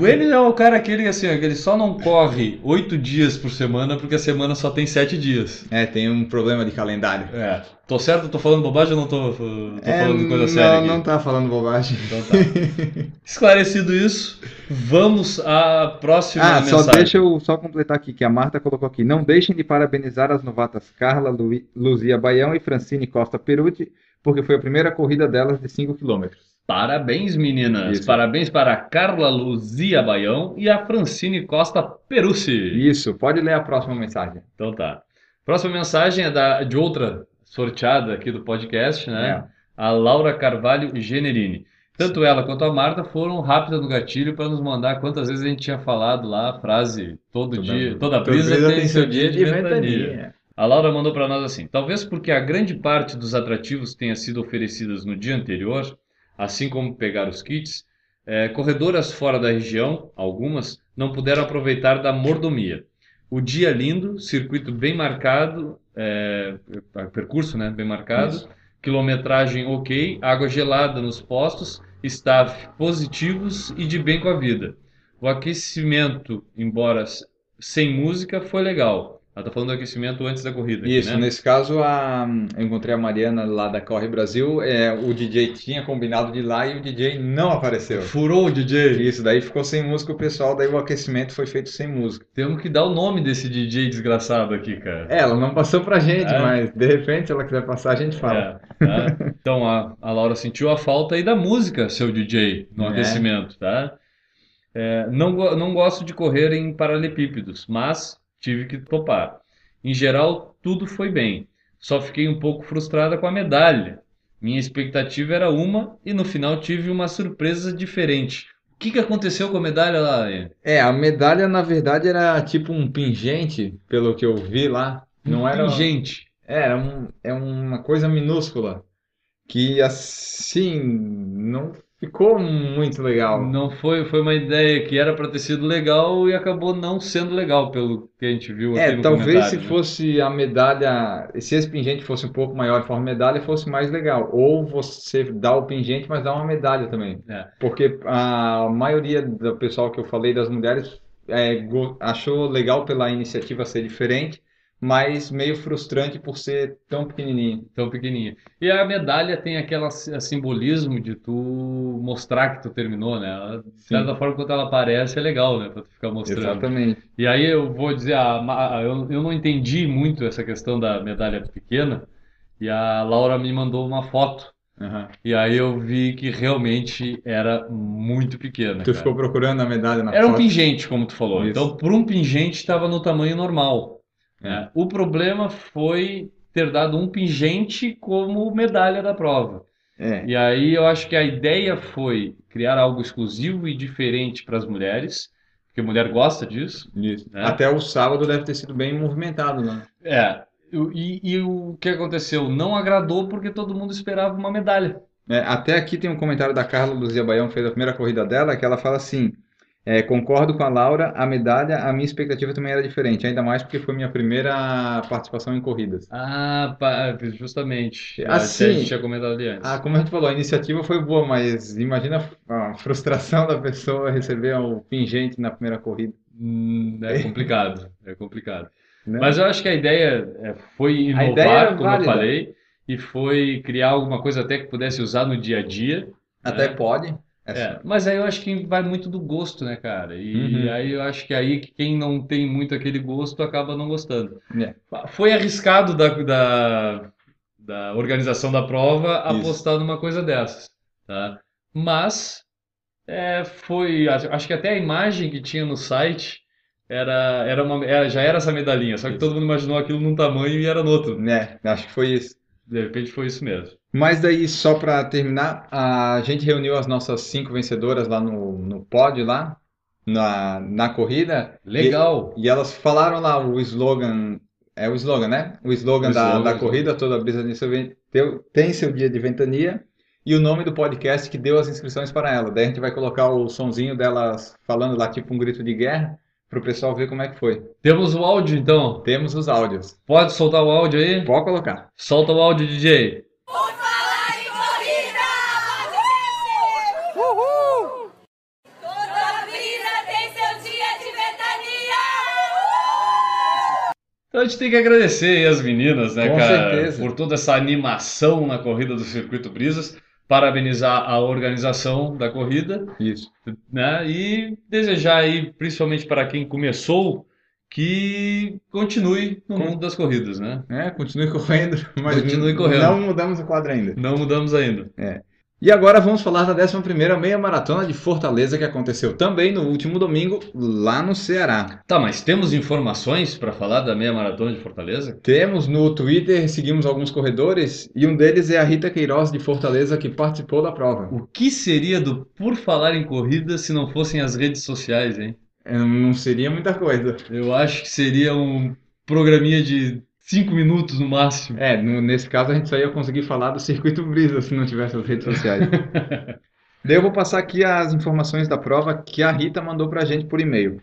Speaker 2: o Enio é o cara aquele assim, ó, que ele só não corre oito dias por semana porque a semana só tem sete dias.
Speaker 5: É, tem um problema de calendário.
Speaker 2: É, tô certo? Tô falando bobagem ou não tô, tô falando coisa
Speaker 5: É, não,
Speaker 2: séria aqui?
Speaker 5: não tá falando bobagem.
Speaker 2: Então tá. Esclarecido isso, vamos à próxima
Speaker 5: Ah,
Speaker 2: mensagem.
Speaker 5: só deixa eu só completar aqui, que a Marta colocou aqui. Não deixem de parabenizar as novatas Carla Lu- Luzia Baião e Francine Costa Perucci, porque foi a primeira corrida delas de 5 km.
Speaker 2: Parabéns, meninas.
Speaker 5: Isso.
Speaker 2: Parabéns para a Carla Luzia Baião e a Francine Costa Perucci.
Speaker 5: Isso, pode ler a próxima mensagem.
Speaker 2: Então tá. Próxima mensagem é da, de outra sorteada aqui do podcast, né?
Speaker 5: É.
Speaker 2: A Laura Carvalho Generini. Tanto ela quanto a Marta foram rápidas no gatilho para nos mandar quantas vezes a gente tinha falado lá a frase todo dia, toda brisa tem seu dia de ventania. A Laura mandou para nós assim: talvez porque a grande parte dos atrativos tenha sido oferecidos no dia anterior, assim como pegar os kits, eh, corredoras fora da região, algumas, não puderam aproveitar da mordomia. O dia lindo, circuito bem marcado, eh, percurso, né, bem marcado, quilometragem ok, água gelada nos postos, staff positivos e de bem com a vida. O aquecimento, embora s- sem música, foi legal. Ela tá falando do aquecimento antes da corrida aqui,
Speaker 5: Isso,
Speaker 2: né?
Speaker 5: nesse caso a- eu encontrei a Mariana lá da Corre Brasil, é, o DJ tinha combinado de ir lá e o DJ não apareceu.
Speaker 2: Furou o DJ.
Speaker 5: né? Isso, daí ficou sem música o pessoal, daí o aquecimento foi feito sem música.
Speaker 2: Temos que dar o nome desse DJ desgraçado aqui, cara.
Speaker 5: É, Ela não passou pra gente,
Speaker 2: É.
Speaker 5: mas de repente se ela quiser passar a gente fala.
Speaker 2: É, tá? Então a, a Laura sentiu a falta aí da música, seu DJ, no
Speaker 5: É.
Speaker 2: aquecimento, tá? É, não, go- não gosto de correr em paralelepípedos, mas tive que topar. Em geral, tudo foi bem. Só fiquei um pouco frustrada com a medalha. Minha expectativa era uma e no final tive uma surpresa diferente. O que que aconteceu com a medalha lá, Ian?
Speaker 5: É, a medalha na verdade era tipo um pingente, pelo que eu vi lá. Não era.
Speaker 2: Gente,
Speaker 5: É, era um, é uma coisa minúscula. Que assim. Não ficou muito legal.
Speaker 2: não foi, foi uma ideia que era para ter sido legal e acabou não sendo legal pelo que a gente viu
Speaker 5: É,
Speaker 2: aqui no
Speaker 5: talvez se
Speaker 2: comentário, né?
Speaker 5: fosse a medalha. Se esse pingente fosse um pouco maior em forma de medalha, fosse mais legal. Ou você dá o pingente, mas dá uma medalha também.
Speaker 2: É.
Speaker 5: Porque a maioria do pessoal que eu falei, das mulheres, é, go- achou legal pela iniciativa ser diferente, mas meio frustrante por ser tão pequenininho.
Speaker 2: tão pequenininha. E a medalha tem aquele simbolismo de tu mostrar que tu terminou, né? Ela, de
Speaker 5: Sim.
Speaker 2: certa forma, quando ela aparece, é legal, né? Pra tu ficar mostrando.
Speaker 5: Exatamente.
Speaker 2: E aí eu vou dizer, a Ma- a- eu, eu não entendi muito essa questão da medalha pequena, e a Laura me mandou uma foto.
Speaker 5: Aham.
Speaker 2: E aí eu vi que realmente era muito pequena,
Speaker 5: Tu
Speaker 2: cara.
Speaker 5: ficou procurando a medalha na
Speaker 2: Era um
Speaker 5: foto?
Speaker 2: pingente, como tu falou.
Speaker 5: Isso.
Speaker 2: Então, por um pingente, estava no tamanho normal. né? O problema foi ter dado um pingente como medalha da prova.
Speaker 5: É.
Speaker 2: E aí eu acho que a ideia foi criar algo exclusivo e diferente para as mulheres, porque mulher gosta disso.
Speaker 5: Isso.
Speaker 2: né?
Speaker 5: Até o sábado deve ter sido bem movimentado, né?
Speaker 2: É. Eu- E, e o que aconteceu? Não agradou porque todo mundo esperava uma medalha.
Speaker 5: É, até aqui tem um comentário da Carla Luzia Baião, que fez a primeira corrida dela, que ela fala assim: é, concordo com a Laura, a medalha, a minha expectativa também era diferente, ainda mais porque foi minha primeira participação em corridas.
Speaker 2: Ah, pá, justamente. A
Speaker 5: Assim,
Speaker 2: gente tinha comentado ali antes.
Speaker 5: Ah, como a gente falou, a iniciativa foi boa, mas imagina a frustração da pessoa receber o pingente na primeira corrida,
Speaker 2: Hum, é complicado. É complicado.
Speaker 5: né?
Speaker 2: Mas eu acho que a ideia é, foi
Speaker 5: A
Speaker 2: inovar,
Speaker 5: ideia é
Speaker 2: como eu
Speaker 5: válida.
Speaker 2: falei, e foi criar alguma coisa até que pudesse usar no dia a dia.
Speaker 5: Até
Speaker 2: é.
Speaker 5: pode. É
Speaker 2: É,
Speaker 5: só-
Speaker 2: mas aí eu acho que vai muito do gosto, né, cara? E
Speaker 5: Uhum.
Speaker 2: aí eu acho que aí que quem não tem muito aquele gosto acaba não gostando.
Speaker 5: É.
Speaker 2: Foi arriscado da, da, da organização da prova
Speaker 5: Isso.
Speaker 2: apostar numa coisa dessas, tá? Mas é, foi, acho acho que até a imagem que tinha no site era, era uma, era- já era essa medalhinha, só que
Speaker 5: Isso.
Speaker 2: todo mundo imaginou aquilo num tamanho e era no outro.
Speaker 5: Né, acho que foi isso.
Speaker 2: De repente foi isso mesmo.
Speaker 5: Mas daí, só para terminar, a gente reuniu as nossas cinco vencedoras lá no, no pódio, lá na, na corrida, e-
Speaker 2: Legal.
Speaker 5: e, elas falaram lá o slogan, é o slogan, né? O slogan
Speaker 2: O
Speaker 5: da,
Speaker 2: slogan,
Speaker 5: da
Speaker 2: sim.
Speaker 5: corrida, toda brisa tem seu, ven- teu- tem seu dia de ventania, e o nome do podcast que deu as inscrições para ela. Daí a gente vai colocar o sonzinho delas falando lá, tipo um grito de guerra, para o pessoal ver como é que foi.
Speaker 2: Temos o áudio então.
Speaker 5: Temos os áudios,
Speaker 2: Pode soltar o áudio aí?
Speaker 5: pode colocar.
Speaker 2: Solta o áudio, DJ.
Speaker 6: falar em corrida! Toda vida tem seu dia de ventania!
Speaker 2: Então a gente tem que agradecer aí as meninas, né,
Speaker 5: Com
Speaker 2: cara,
Speaker 5: certeza.
Speaker 2: por toda essa animação na corrida do Circuito Brisas, parabenizar a organização da corrida,
Speaker 5: Isso.
Speaker 2: né, e desejar aí, principalmente para quem começou, que continue no
Speaker 5: Com-
Speaker 2: mundo das corridas, né?
Speaker 5: É, continue correndo, mas
Speaker 2: Continue
Speaker 5: n-
Speaker 2: correndo.
Speaker 5: não mudamos o quadro ainda.
Speaker 2: Não mudamos ainda.
Speaker 5: E agora vamos falar da 11ª meia maratona de Fortaleza que aconteceu também no último domingo lá no Ceará.
Speaker 2: Tá, mas temos informações para falar da meia maratona de Fortaleza?
Speaker 5: Temos no Twitter, seguimos alguns corredores e um deles é a Rita Queiroz de Fortaleza que participou da prova.
Speaker 2: O que seria do Por Falar em Corrida se não fossem as redes sociais, hein?
Speaker 5: É, Não seria muita coisa.
Speaker 2: Eu acho que seria um programinha de cinco minutos no máximo.
Speaker 5: É, no- nesse caso a gente só ia conseguir falar do Circuito Brisa se não tivesse as redes sociais. Daí eu vou passar aqui as informações da prova que a Rita mandou pra gente por e-mail.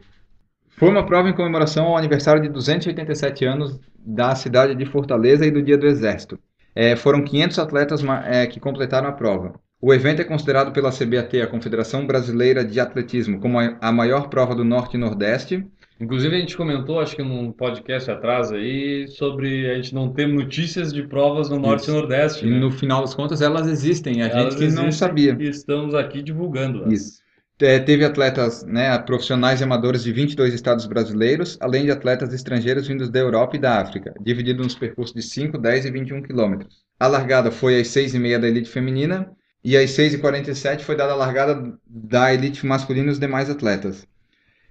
Speaker 5: Foi uma prova em comemoração ao aniversário de 287 anos da cidade de Fortaleza e do Dia do Exército. É, foram 500 atletas ma- é, que completaram a prova. O evento é considerado pela CBAT, a Confederação Brasileira de Atletismo, como a a maior prova do Norte e Nordeste.
Speaker 2: Inclusive, a gente comentou, acho que num podcast atrás aí, sobre a gente não ter notícias de provas no Norte
Speaker 5: Isso.
Speaker 2: e Nordeste,
Speaker 5: E
Speaker 2: né?
Speaker 5: no final das contas, elas existem, a
Speaker 2: Elas
Speaker 5: gente que não
Speaker 2: existem
Speaker 5: sabia.
Speaker 2: E estamos aqui divulgando. né?
Speaker 5: Isso. É, teve atletas, né, profissionais e amadores de 22 estados brasileiros, além de atletas estrangeiros vindos da Europa e da África, dividido nos percursos de 5, 10 e 21 quilômetros. A largada foi às 6h30 da elite feminina e às 6h47 foi dada a largada da elite masculina e os demais atletas.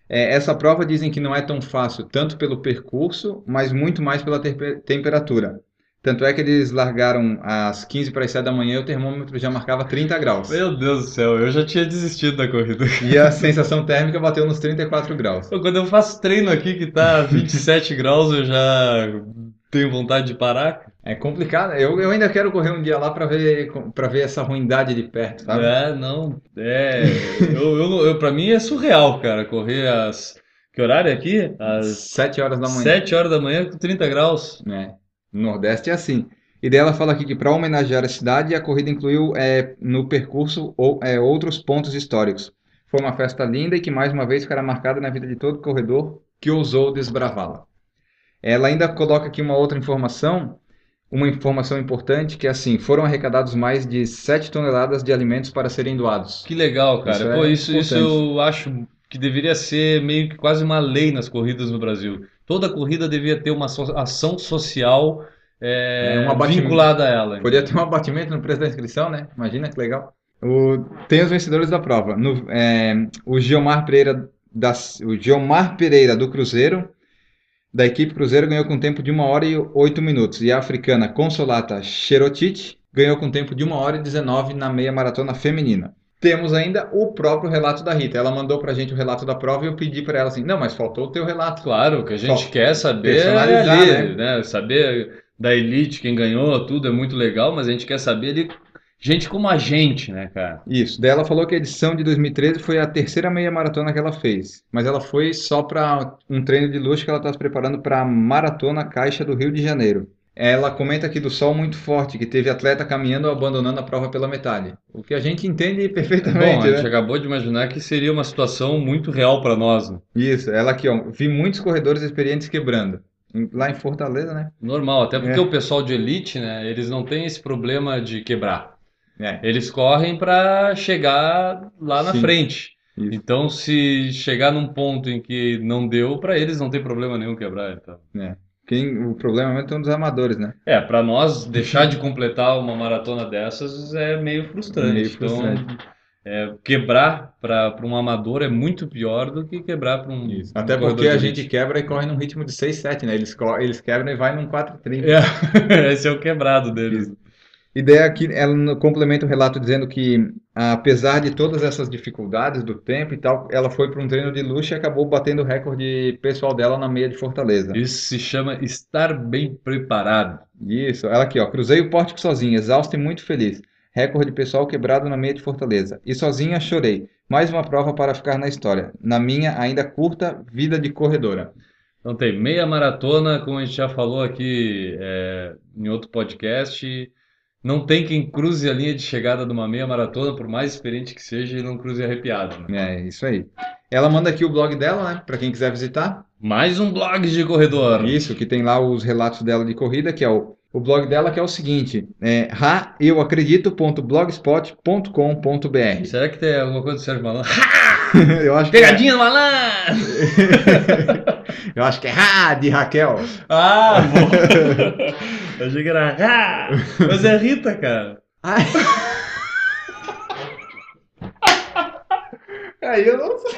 Speaker 5: É, essa prova dizem que não é tão fácil, tanto pelo percurso, mas muito mais pela terpe- temperatura. Tanto é que eles largaram às 15 para as 7 da manhã e o termômetro já marcava 30 graus.
Speaker 2: Meu Deus do céu, eu já tinha desistido da corrida.
Speaker 5: E a sensação térmica bateu nos 34 graus.
Speaker 2: Pô, Quando eu faço treino aqui que tá 27 graus, eu já tenho vontade de parar.
Speaker 5: É complicado. Eu, eu ainda quero correr um dia lá pra ver para ver essa ruindade de perto, sabe?
Speaker 2: É, não, é. Eu, eu, eu, pra mim é surreal, cara, correr às. Que horário é aqui? Às
Speaker 5: 7 horas da manhã.
Speaker 2: 7 horas da manhã com 30 graus.
Speaker 5: né? No Nordeste é assim. E daí ela fala aqui que para homenagear a cidade, a corrida incluiu é, no percurso ou, é, outros pontos históricos. Foi uma festa linda e que mais uma vez ficará marcada na vida de todo corredor que ousou desbravá-la. Ela ainda coloca aqui uma outra informação, uma informação importante, que é assim, foram arrecadados mais de 7 toneladas de alimentos para serem doados.
Speaker 2: Que legal, cara.
Speaker 5: Isso
Speaker 2: Pô,
Speaker 5: é
Speaker 2: isso, isso
Speaker 5: importante.
Speaker 2: eu acho que deveria ser meio que quase uma lei nas corridas no Brasil. Toda corrida devia ter uma so- ação social é,
Speaker 5: É, um abatimento.
Speaker 2: vinculada a ela.
Speaker 5: Podia ter um abatimento no preço da inscrição, né? Imagina que legal. O- tem os vencedores da prova. No- é, o, Gilmar Pereira da, o Gilmar Pereira do Cruzeiro, da equipe Cruzeiro, ganhou com tempo de 1 hora e 8 minutos. E a africana Consolata Xerotit ganhou com tempo de 1 hora e 19 na meia maratona feminina. Temos ainda o próprio relato da Rita. Ela mandou pra gente o relato da prova e eu pedi pra ela assim: não, mas faltou o teu relato.
Speaker 2: Claro, o que a gente
Speaker 5: Só
Speaker 2: quer saber é
Speaker 5: personalizar,
Speaker 2: ali, né? Saber da elite, quem ganhou, tudo é muito legal, mas a gente quer saber ali, gente como a gente, né, cara?
Speaker 5: Isso. Daí ela falou que a edição de 2013 foi a terceira meia maratona que ela fez, mas ela foi só para um treino de luxo que ela está se preparando para a Maratona Caixa do Rio de Janeiro. Ela comenta aqui do sol muito forte, que teve atleta caminhando ou abandonando a prova pela metade. O que a gente entende
Speaker 2: Bom,
Speaker 5: perfeitamente,
Speaker 2: a gente
Speaker 5: né?
Speaker 2: acabou de imaginar que seria uma situação muito real para nós, né?
Speaker 5: Isso. Ela aqui, ó, vi muitos corredores experientes quebrando. Em- Lá em Fortaleza, né?
Speaker 2: Normal, até porque
Speaker 5: É.
Speaker 2: o pessoal de elite, né, eles não têm esse problema de quebrar.
Speaker 5: É.
Speaker 2: Eles correm para chegar lá na
Speaker 5: Sim.
Speaker 2: frente.
Speaker 5: Isso.
Speaker 2: Então, se chegar num ponto em que não deu, para eles não tem problema nenhum quebrar. Então.
Speaker 5: Quem, o problema mesmo é um dos amadores, né?
Speaker 2: É, para nós deixar de completar uma maratona dessas é meio frustrante.
Speaker 5: Meio
Speaker 2: Então,
Speaker 5: frustrante.
Speaker 2: é, quebrar para um amador é muito pior do que quebrar para um, um
Speaker 5: Até
Speaker 2: corredor
Speaker 5: porque a
Speaker 2: de
Speaker 5: gente
Speaker 2: elite.
Speaker 5: quebra e corre num ritmo de 6, 7, né? Eles, co- eles quebram e vai num 4, 30.
Speaker 2: É, esse é o quebrado deles.
Speaker 5: E daí aqui ela no- complementa o relato dizendo que, apesar de todas essas dificuldades do tempo e tal, ela foi para um treino de luxo e acabou batendo o recorde pessoal dela na meia de Fortaleza.
Speaker 2: Isso se chama estar bem preparado.
Speaker 5: Isso, ela aqui, ó. Cruzei o pórtico sozinha, exausta e muito feliz. Recorde pessoal quebrado na meia de Fortaleza. E sozinha chorei. Mais uma prova para ficar na história. Na minha, ainda curta, vida de corredora.
Speaker 2: Então tem meia maratona, como a gente já falou aqui é, em outro podcast. Não tem quem cruze a linha de chegada de uma meia maratona, por mais experiente que seja, e não cruze arrepiado, né?
Speaker 5: É, isso aí. Ela manda aqui o blog dela, né? Para quem quiser visitar.
Speaker 2: Mais um blog de corredor.
Speaker 5: Isso, que tem lá os relatos dela de corrida, que é o, o blog dela, que é o seguinte: é raeuacredito.blogspot.com.br.
Speaker 2: Será que tem alguma coisa do Sérgio Malandro?
Speaker 5: Eu acho que é,
Speaker 2: Pegadinha do Malandro!
Speaker 5: eu acho que é Ra de Raquel.
Speaker 2: Ah, bom. Eu achei que era. Ah, mas é Rita, cara.
Speaker 5: Ai. Aí eu não sei.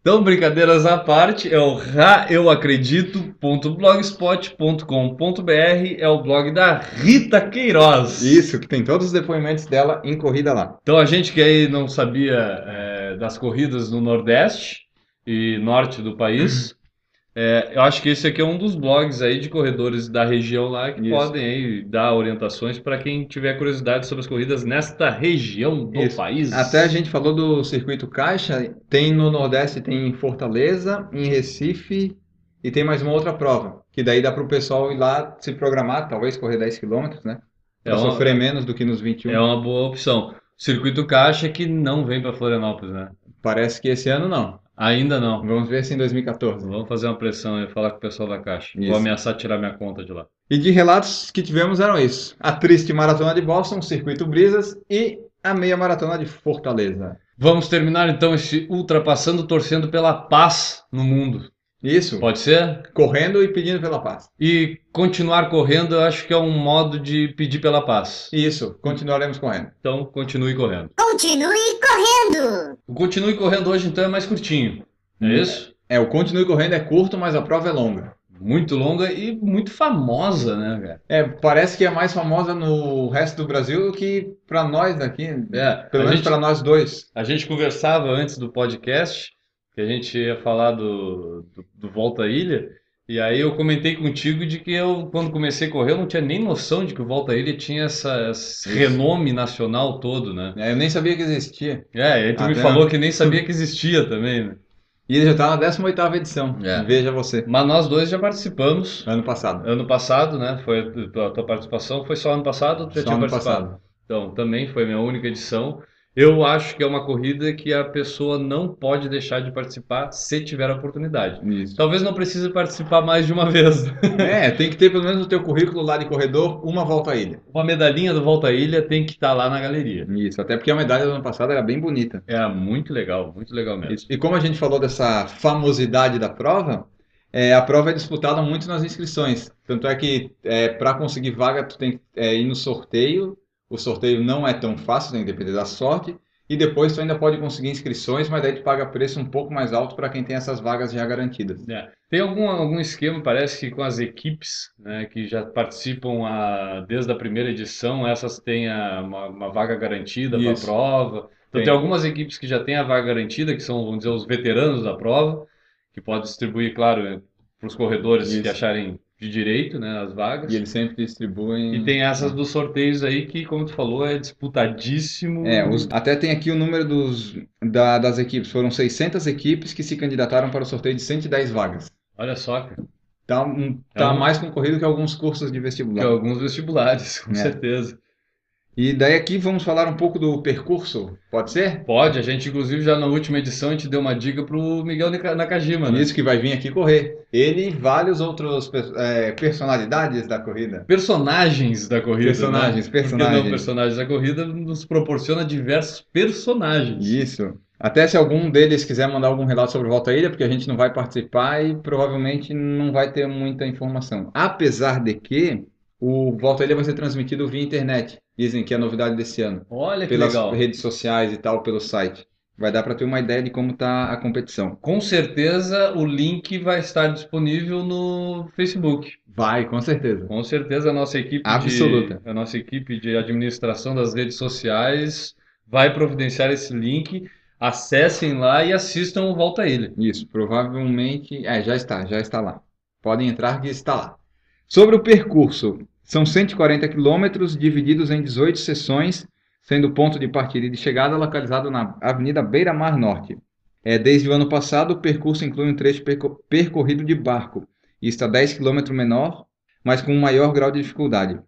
Speaker 2: Então, brincadeiras à parte, é o raeuacredito.blogspot.com.br, é o blog da Rita Queiroz.
Speaker 5: Isso, que tem todos os depoimentos dela em corrida lá.
Speaker 2: Então, a gente que aí não sabia é, das corridas no Nordeste e Norte do país,
Speaker 5: Uhum.
Speaker 2: é, eu acho que esse aqui é um dos blogs aí de corredores da região lá que
Speaker 5: Isso.
Speaker 2: podem aí dar orientações para quem tiver curiosidade sobre as corridas nesta região do
Speaker 5: Isso.
Speaker 2: país.
Speaker 5: Até a gente falou do circuito caixa, tem no Nordeste, tem em Fortaleza, em Recife e tem mais uma outra prova, que daí dá para o pessoal ir lá se programar, talvez correr 10 km, né?
Speaker 2: É
Speaker 5: Pra
Speaker 2: uma-
Speaker 5: sofrer menos do que nos 21.
Speaker 2: É uma boa opção. Circuito Caixa que não vem para Florianópolis, né?
Speaker 5: Parece que esse ano não.
Speaker 2: Ainda não.
Speaker 5: Vamos ver se em 2014.
Speaker 2: Vamos fazer uma pressão aí, falar com o pessoal da Caixa.
Speaker 5: Isso.
Speaker 2: Vou ameaçar tirar minha conta de lá.
Speaker 5: E de relatos que tivemos eram isso: a triste maratona de Boston, o circuito Brisas e a meia maratona de Fortaleza.
Speaker 2: Vamos terminar então esse ultrapassando, torcendo pela paz no mundo.
Speaker 5: Isso,
Speaker 2: Pode ser?
Speaker 5: correndo e pedindo pela paz.
Speaker 2: E continuar correndo, eu acho que é um modo de pedir pela paz.
Speaker 5: Isso, continuaremos correndo.
Speaker 2: Então, continue correndo.
Speaker 4: Continue correndo.
Speaker 2: O continue correndo hoje, então, é mais curtinho. É isso?
Speaker 5: É, o continue correndo é curto, mas a prova é longa.
Speaker 2: Muito longa e muito famosa, né, cara?
Speaker 5: É, parece que é mais famosa no resto do Brasil do que pra nós daqui, né?
Speaker 2: É,
Speaker 5: pelo
Speaker 2: a
Speaker 5: menos
Speaker 2: gente-
Speaker 5: pra nós dois.
Speaker 2: A gente conversava antes do podcast, que a gente ia falar do, do, do Volta à Ilha, e aí eu comentei contigo de que eu, quando comecei a correr, eu não tinha nem noção de que o Volta à Ilha tinha essa, esse renome nacional todo, né?
Speaker 5: É, eu nem sabia que existia.
Speaker 2: É, e aí tu me
Speaker 5: Até-
Speaker 2: falou que nem sabia que existia também, né?
Speaker 5: E ele já tá na 18ª edição.
Speaker 2: É.
Speaker 5: Veja você,
Speaker 2: Mas nós dois já participamos
Speaker 5: ano passado.
Speaker 2: ano passado, né? Foi a a tua participação, foi só ano passado ou tu já
Speaker 5: Só
Speaker 2: tinha
Speaker 5: ano
Speaker 2: participado?
Speaker 5: passado.
Speaker 2: Então, também foi a minha única edição. Eu acho que é uma corrida que a pessoa não pode deixar de participar se tiver a oportunidade.
Speaker 5: Isso.
Speaker 2: Talvez não precise participar mais de uma vez.
Speaker 5: É, tem que ter pelo menos no teu currículo lá de corredor uma volta à ilha.
Speaker 2: Uma medalhinha do Volta à Ilha tem que estar lá na galeria.
Speaker 5: Isso, até porque a medalha do ano passado era bem bonita.
Speaker 2: É muito legal, muito legal mesmo.
Speaker 5: Isso. E como a gente falou dessa famosidade da prova, é, a prova é disputada muito nas inscrições. Tanto é que para conseguir vaga, tu tem que é, ir no sorteio. O sorteio não é tão fácil, tem que depender da sorte. E depois tu ainda pode conseguir inscrições, mas daí tu paga preço um pouco mais alto para quem tem essas vagas já garantidas.
Speaker 2: É. Tem algum, algum esquema, parece que com as equipes, né, que já participam a- desde a primeira edição, essas têm a- uma, uma vaga garantida para a
Speaker 5: Isso.
Speaker 2: prova. Então,
Speaker 5: Tem.
Speaker 2: tem algumas equipes que já têm a vaga garantida, que são, vamos dizer, os veteranos da prova, que pode distribuir, claro, para os corredores que
Speaker 5: Isso.
Speaker 2: acharem de direito, né, as vagas.
Speaker 5: E eles sempre distribuem.
Speaker 2: E tem essas dos sorteios aí que, como tu falou, é disputadíssimo.
Speaker 5: É, os- até tem aqui o número dos, da- das equipes. Foram 600 equipes que se candidataram para o sorteio de 110 vagas.
Speaker 2: Olha só, cara,
Speaker 5: Tá, um-
Speaker 2: É
Speaker 5: tá
Speaker 2: um-
Speaker 5: mais concorrido que alguns cursos de
Speaker 2: tem
Speaker 5: vestibular.
Speaker 2: alguns vestibulares, com
Speaker 5: É.
Speaker 2: certeza.
Speaker 5: E daí aqui vamos falar um pouco do percurso, pode ser?
Speaker 2: Pode, a gente, inclusive, já na última edição, a gente deu uma dica pro Miguel Nica- Nakajima, né?
Speaker 5: Isso que vai vir aqui correr. Ele e vários outros pe- é, personalidades da corrida.
Speaker 2: Personagens da corrida,
Speaker 5: Personagens,
Speaker 2: né? Por que não
Speaker 5: personagens.
Speaker 2: personagens da corrida nos proporciona diversos personagens.
Speaker 5: Isso. Até se algum deles quiser mandar algum relato sobre Volta à Ilha, porque a gente não vai participar e provavelmente não vai ter muita informação. Apesar de que o Volta à Ilha vai ser transmitido via internet. Dizem que é a novidade desse ano.
Speaker 2: Olha que
Speaker 5: Pelas
Speaker 2: legal.
Speaker 5: redes sociais e tal, pelo site. Vai dar para ter uma ideia de como tá a competição.
Speaker 2: Com certeza o link vai estar disponível no Facebook.
Speaker 5: Vai, com certeza.
Speaker 2: Com certeza a nossa equipe de,
Speaker 5: Absoluta.
Speaker 2: a nossa equipe de administração das redes sociais vai providenciar esse link. Acessem lá e assistam o Volta a Ilha.
Speaker 5: Isso, provavelmente. É, já está, já está lá. Podem entrar que está lá. Sobre o percurso, são 140 quilômetros divididos em 18 seções, sendo o ponto de partida e de chegada localizado na Avenida Beira Mar Norte. É, desde o ano passado, o percurso inclui um trecho perco- percorrido de barco, e está 10 quilômetros menor, mas com um maior grau de dificuldade.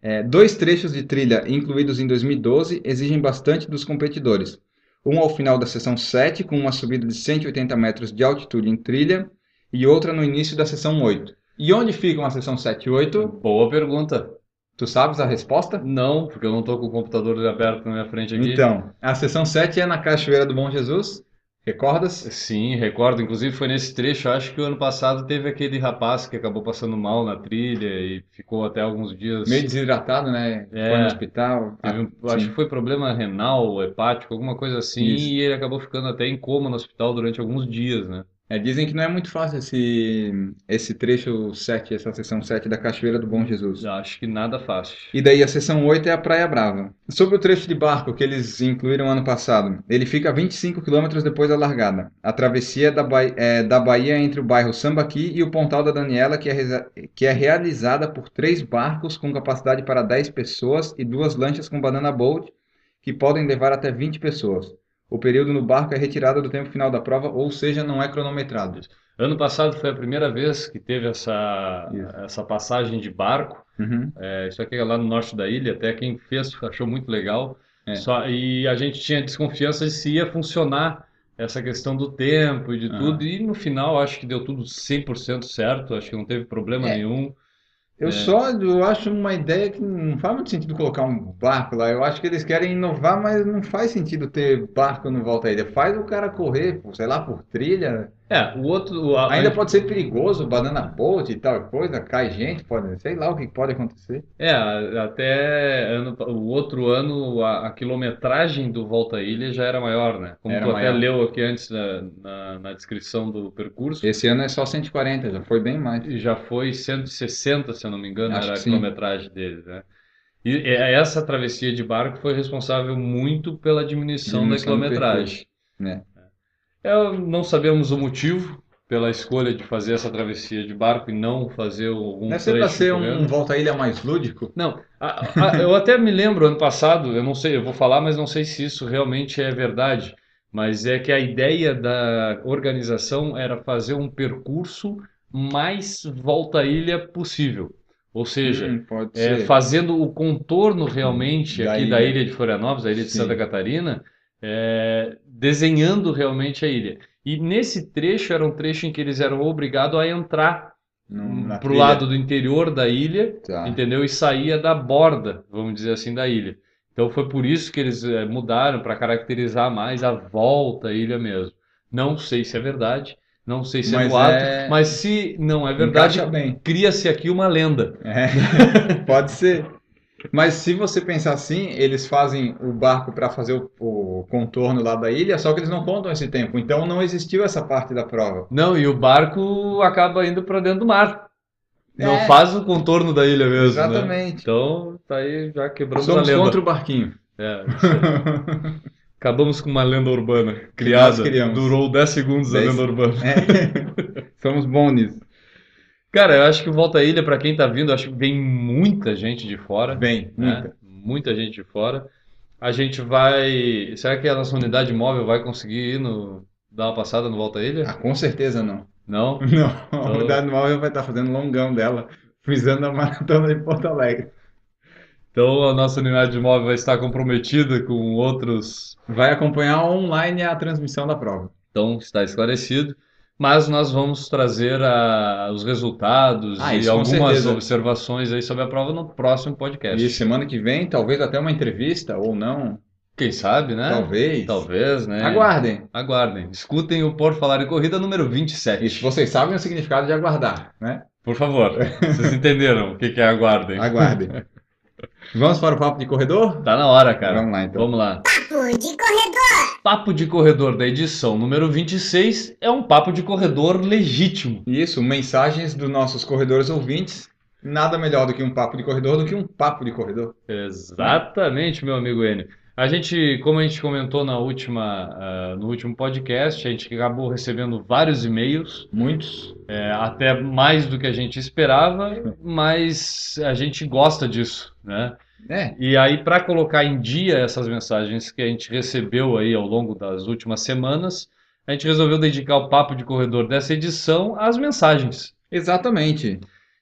Speaker 5: É, dois trechos de trilha incluídos em 2012 exigem bastante dos competidores um ao final da seção 7, com uma subida de 180 metros de altitude em trilha, e outra no início da seção 8. E onde ficam a seção 7 e 8?
Speaker 2: Boa pergunta.
Speaker 5: Tu sabes a resposta?
Speaker 2: Não, porque eu não estou com o computador aberto na minha frente aqui.
Speaker 5: Então, a seção 7 é na Cachoeira do Bom Jesus, recordas?
Speaker 2: Sim, recordo. Inclusive foi nesse trecho, acho que o ano passado teve aquele rapaz que acabou passando mal na trilha e ficou até alguns dias.
Speaker 5: Meio desidratado, né?
Speaker 2: É.
Speaker 5: Foi no hospital.
Speaker 2: Teve um-
Speaker 5: Ah,
Speaker 2: acho
Speaker 5: sim.
Speaker 2: que foi problema renal, hepático, alguma coisa assim,
Speaker 5: Isso.
Speaker 2: e ele acabou ficando até em coma no hospital durante alguns dias, né?
Speaker 5: É, dizem que não é muito fácil esse, esse trecho 7, essa seção 7 da Cachoeira do Bom Jesus.
Speaker 2: Acho que nada fácil.
Speaker 5: E daí a seção 8 é a Praia Brava. Sobre o trecho de barco que eles incluíram ano passado, ele fica a 25 quilômetros depois da largada. A travessia da, Bai- é, da Bahia entre o bairro Sambaqui e o Pontal da Daniela, que é, reza- que é realizada por três barcos com capacidade para 10 pessoas e duas lanchas com banana boat, que podem levar até 20 pessoas. O período no barco é retirado do tempo final da prova, ou seja, não é cronometrado.
Speaker 2: Ano passado foi a primeira vez que teve essa,
Speaker 5: Isso.
Speaker 2: essa passagem de barco.
Speaker 5: Uhum.
Speaker 2: É, isso aqui é lá no norte da ilha, até quem fez achou muito legal.
Speaker 5: É.
Speaker 2: Só, e a gente tinha desconfiança de se ia funcionar essa questão do tempo e de
Speaker 5: Ah.
Speaker 2: tudo. E no final acho que deu tudo 100% certo, acho que não teve problema
Speaker 5: É.
Speaker 2: nenhum.
Speaker 5: Eu
Speaker 2: É.
Speaker 5: só eu acho uma ideia que não faz muito sentido colocar um barco lá. Eu acho que eles querem inovar, mas não faz sentido ter barco no Volta à Ilha. Faz o cara correr, por, sei lá, por trilha.
Speaker 2: É, o outro. a-
Speaker 5: Ainda pode ser perigoso, banana boat e tal coisa, cai gente, pode, sei lá o que pode acontecer.
Speaker 2: É, a- até ano- o outro ano a, a quilometragem do Volta à Ilha já era maior, né? Como
Speaker 5: Era
Speaker 2: tu até
Speaker 5: maior.
Speaker 2: leu aqui antes na, na, na descrição do percurso,
Speaker 5: Esse ano é só 140, já foi bem mais.
Speaker 2: já foi 160, se eu não me engano,
Speaker 5: É. Acho
Speaker 2: era
Speaker 5: que
Speaker 2: a
Speaker 5: sim.
Speaker 2: quilometragem dele, né? E e- essa travessia de barco foi responsável muito pela diminuição da
Speaker 5: Diminuição do
Speaker 2: quilometragem.
Speaker 5: né?
Speaker 2: É, não sabemos o motivo pela escolha de fazer essa travessia de barco e não fazer algum
Speaker 5: Deve ser pra
Speaker 2: trecho tá
Speaker 5: ser um
Speaker 2: correndo.
Speaker 5: Volta à Ilha mais lúdico.
Speaker 2: Não, a- a- eu até me lembro ano passado, eu não sei, eu vou falar, mas não sei se isso realmente é verdade, mas é que a ideia da organização era fazer um percurso mais volta à ilha possível. Ou seja,
Speaker 5: Hum, pode
Speaker 2: é,
Speaker 5: ser.
Speaker 2: fazendo o contorno realmente
Speaker 5: Da
Speaker 2: aqui da
Speaker 5: ilha.
Speaker 2: ilha de Florianópolis, da ilha de
Speaker 5: Sim.
Speaker 2: Santa Catarina, é, desenhando realmente a ilha. E nesse trecho era um trecho em que eles eram obrigados a entrar
Speaker 5: Num- Hum, na
Speaker 2: pro
Speaker 5: trilha.
Speaker 2: lado do interior da ilha
Speaker 5: Tá.
Speaker 2: entendeu? E saía da borda, vamos dizer assim, da ilha. Então foi por isso que eles eh, mudaram para caracterizar mais a volta à ilha mesmo. Não sei se é verdade, não sei se é
Speaker 5: Mas
Speaker 2: boato,
Speaker 5: é-
Speaker 2: mas se não é verdade,
Speaker 5: Encaixa bem.
Speaker 2: cria-se aqui uma lenda.
Speaker 5: É, pode ser. Mas se você pensar assim, eles fazem o barco para fazer o, o contorno lá da ilha, só que eles não contam esse tempo. Então não existiu essa parte da prova.
Speaker 2: Não, e o barco acaba indo para dentro do mar. Não
Speaker 5: É.
Speaker 2: faz o contorno da ilha mesmo, né?
Speaker 5: Exatamente.
Speaker 2: Então, tá aí, já quebramos a
Speaker 5: Somos
Speaker 2: lenda.
Speaker 5: contra o barquinho.
Speaker 2: É, isso aí. Acabamos com uma lenda urbana criada.
Speaker 5: criamos.
Speaker 2: Durou 10 segundos a
Speaker 5: Dez-
Speaker 2: lenda urbana.
Speaker 5: Somos bons nisso.
Speaker 2: Cara, eu acho que o Volta à Ilha, pra quem tá vindo, eu acho que vem muita gente de fora,
Speaker 5: Bem,
Speaker 2: né?
Speaker 5: muita.
Speaker 2: Muita gente de fora. A gente vai. Será que a nossa unidade móvel vai conseguir ir no... dar uma passada no Volta à Ilha?
Speaker 5: Ah, com certeza não.
Speaker 2: Não?
Speaker 5: Não, a unidade móvel vai estar fazendo longão dela, frisando a maratona de Porto Alegre.
Speaker 2: Então a nossa unidade móvel vai estar comprometida com outros.
Speaker 5: Vai acompanhar online a transmissão da prova.
Speaker 2: Então está esclarecido. Mas nós vamos trazer a- os resultados
Speaker 5: Ah,
Speaker 2: e
Speaker 5: isso com
Speaker 2: algumas
Speaker 5: certeza.
Speaker 2: observações aí sobre a prova no próximo podcast.
Speaker 5: E semana que vem, talvez até uma entrevista ou não.
Speaker 2: Quem sabe, né?
Speaker 5: É? Talvez.
Speaker 2: Talvez, né?
Speaker 5: Aguardem.
Speaker 2: Aguardem. Escutem o Por Falar em Corrida número 27.
Speaker 5: Isso, vocês sabem o significado de aguardar, né?
Speaker 2: Por favor, vocês entenderam o que que é aguardem.
Speaker 5: Aguardem. Vamos para o papo de corredor?
Speaker 2: Tá na hora, cara.
Speaker 5: Vamos lá, então.
Speaker 2: Vamos lá.
Speaker 4: Papo de corredor.
Speaker 2: Papo de corredor da edição número 26 é um papo de corredor legítimo.
Speaker 5: Isso, mensagens dos nossos corredores ouvintes. Nada melhor do que um papo de corredor do que um papo de corredor.
Speaker 2: Exatamente, meu amigo Enio. A gente, como a gente comentou na última, ah, no último podcast, a gente acabou recebendo vários e-mails,
Speaker 5: Muitos.
Speaker 2: é, até mais do que a gente esperava, mas a gente gosta disso, né?
Speaker 5: É.
Speaker 2: E aí, para colocar em dia essas mensagens que a gente recebeu aí ao longo das últimas semanas, a gente resolveu dedicar o papo de corredor dessa edição às mensagens.
Speaker 5: Exatamente.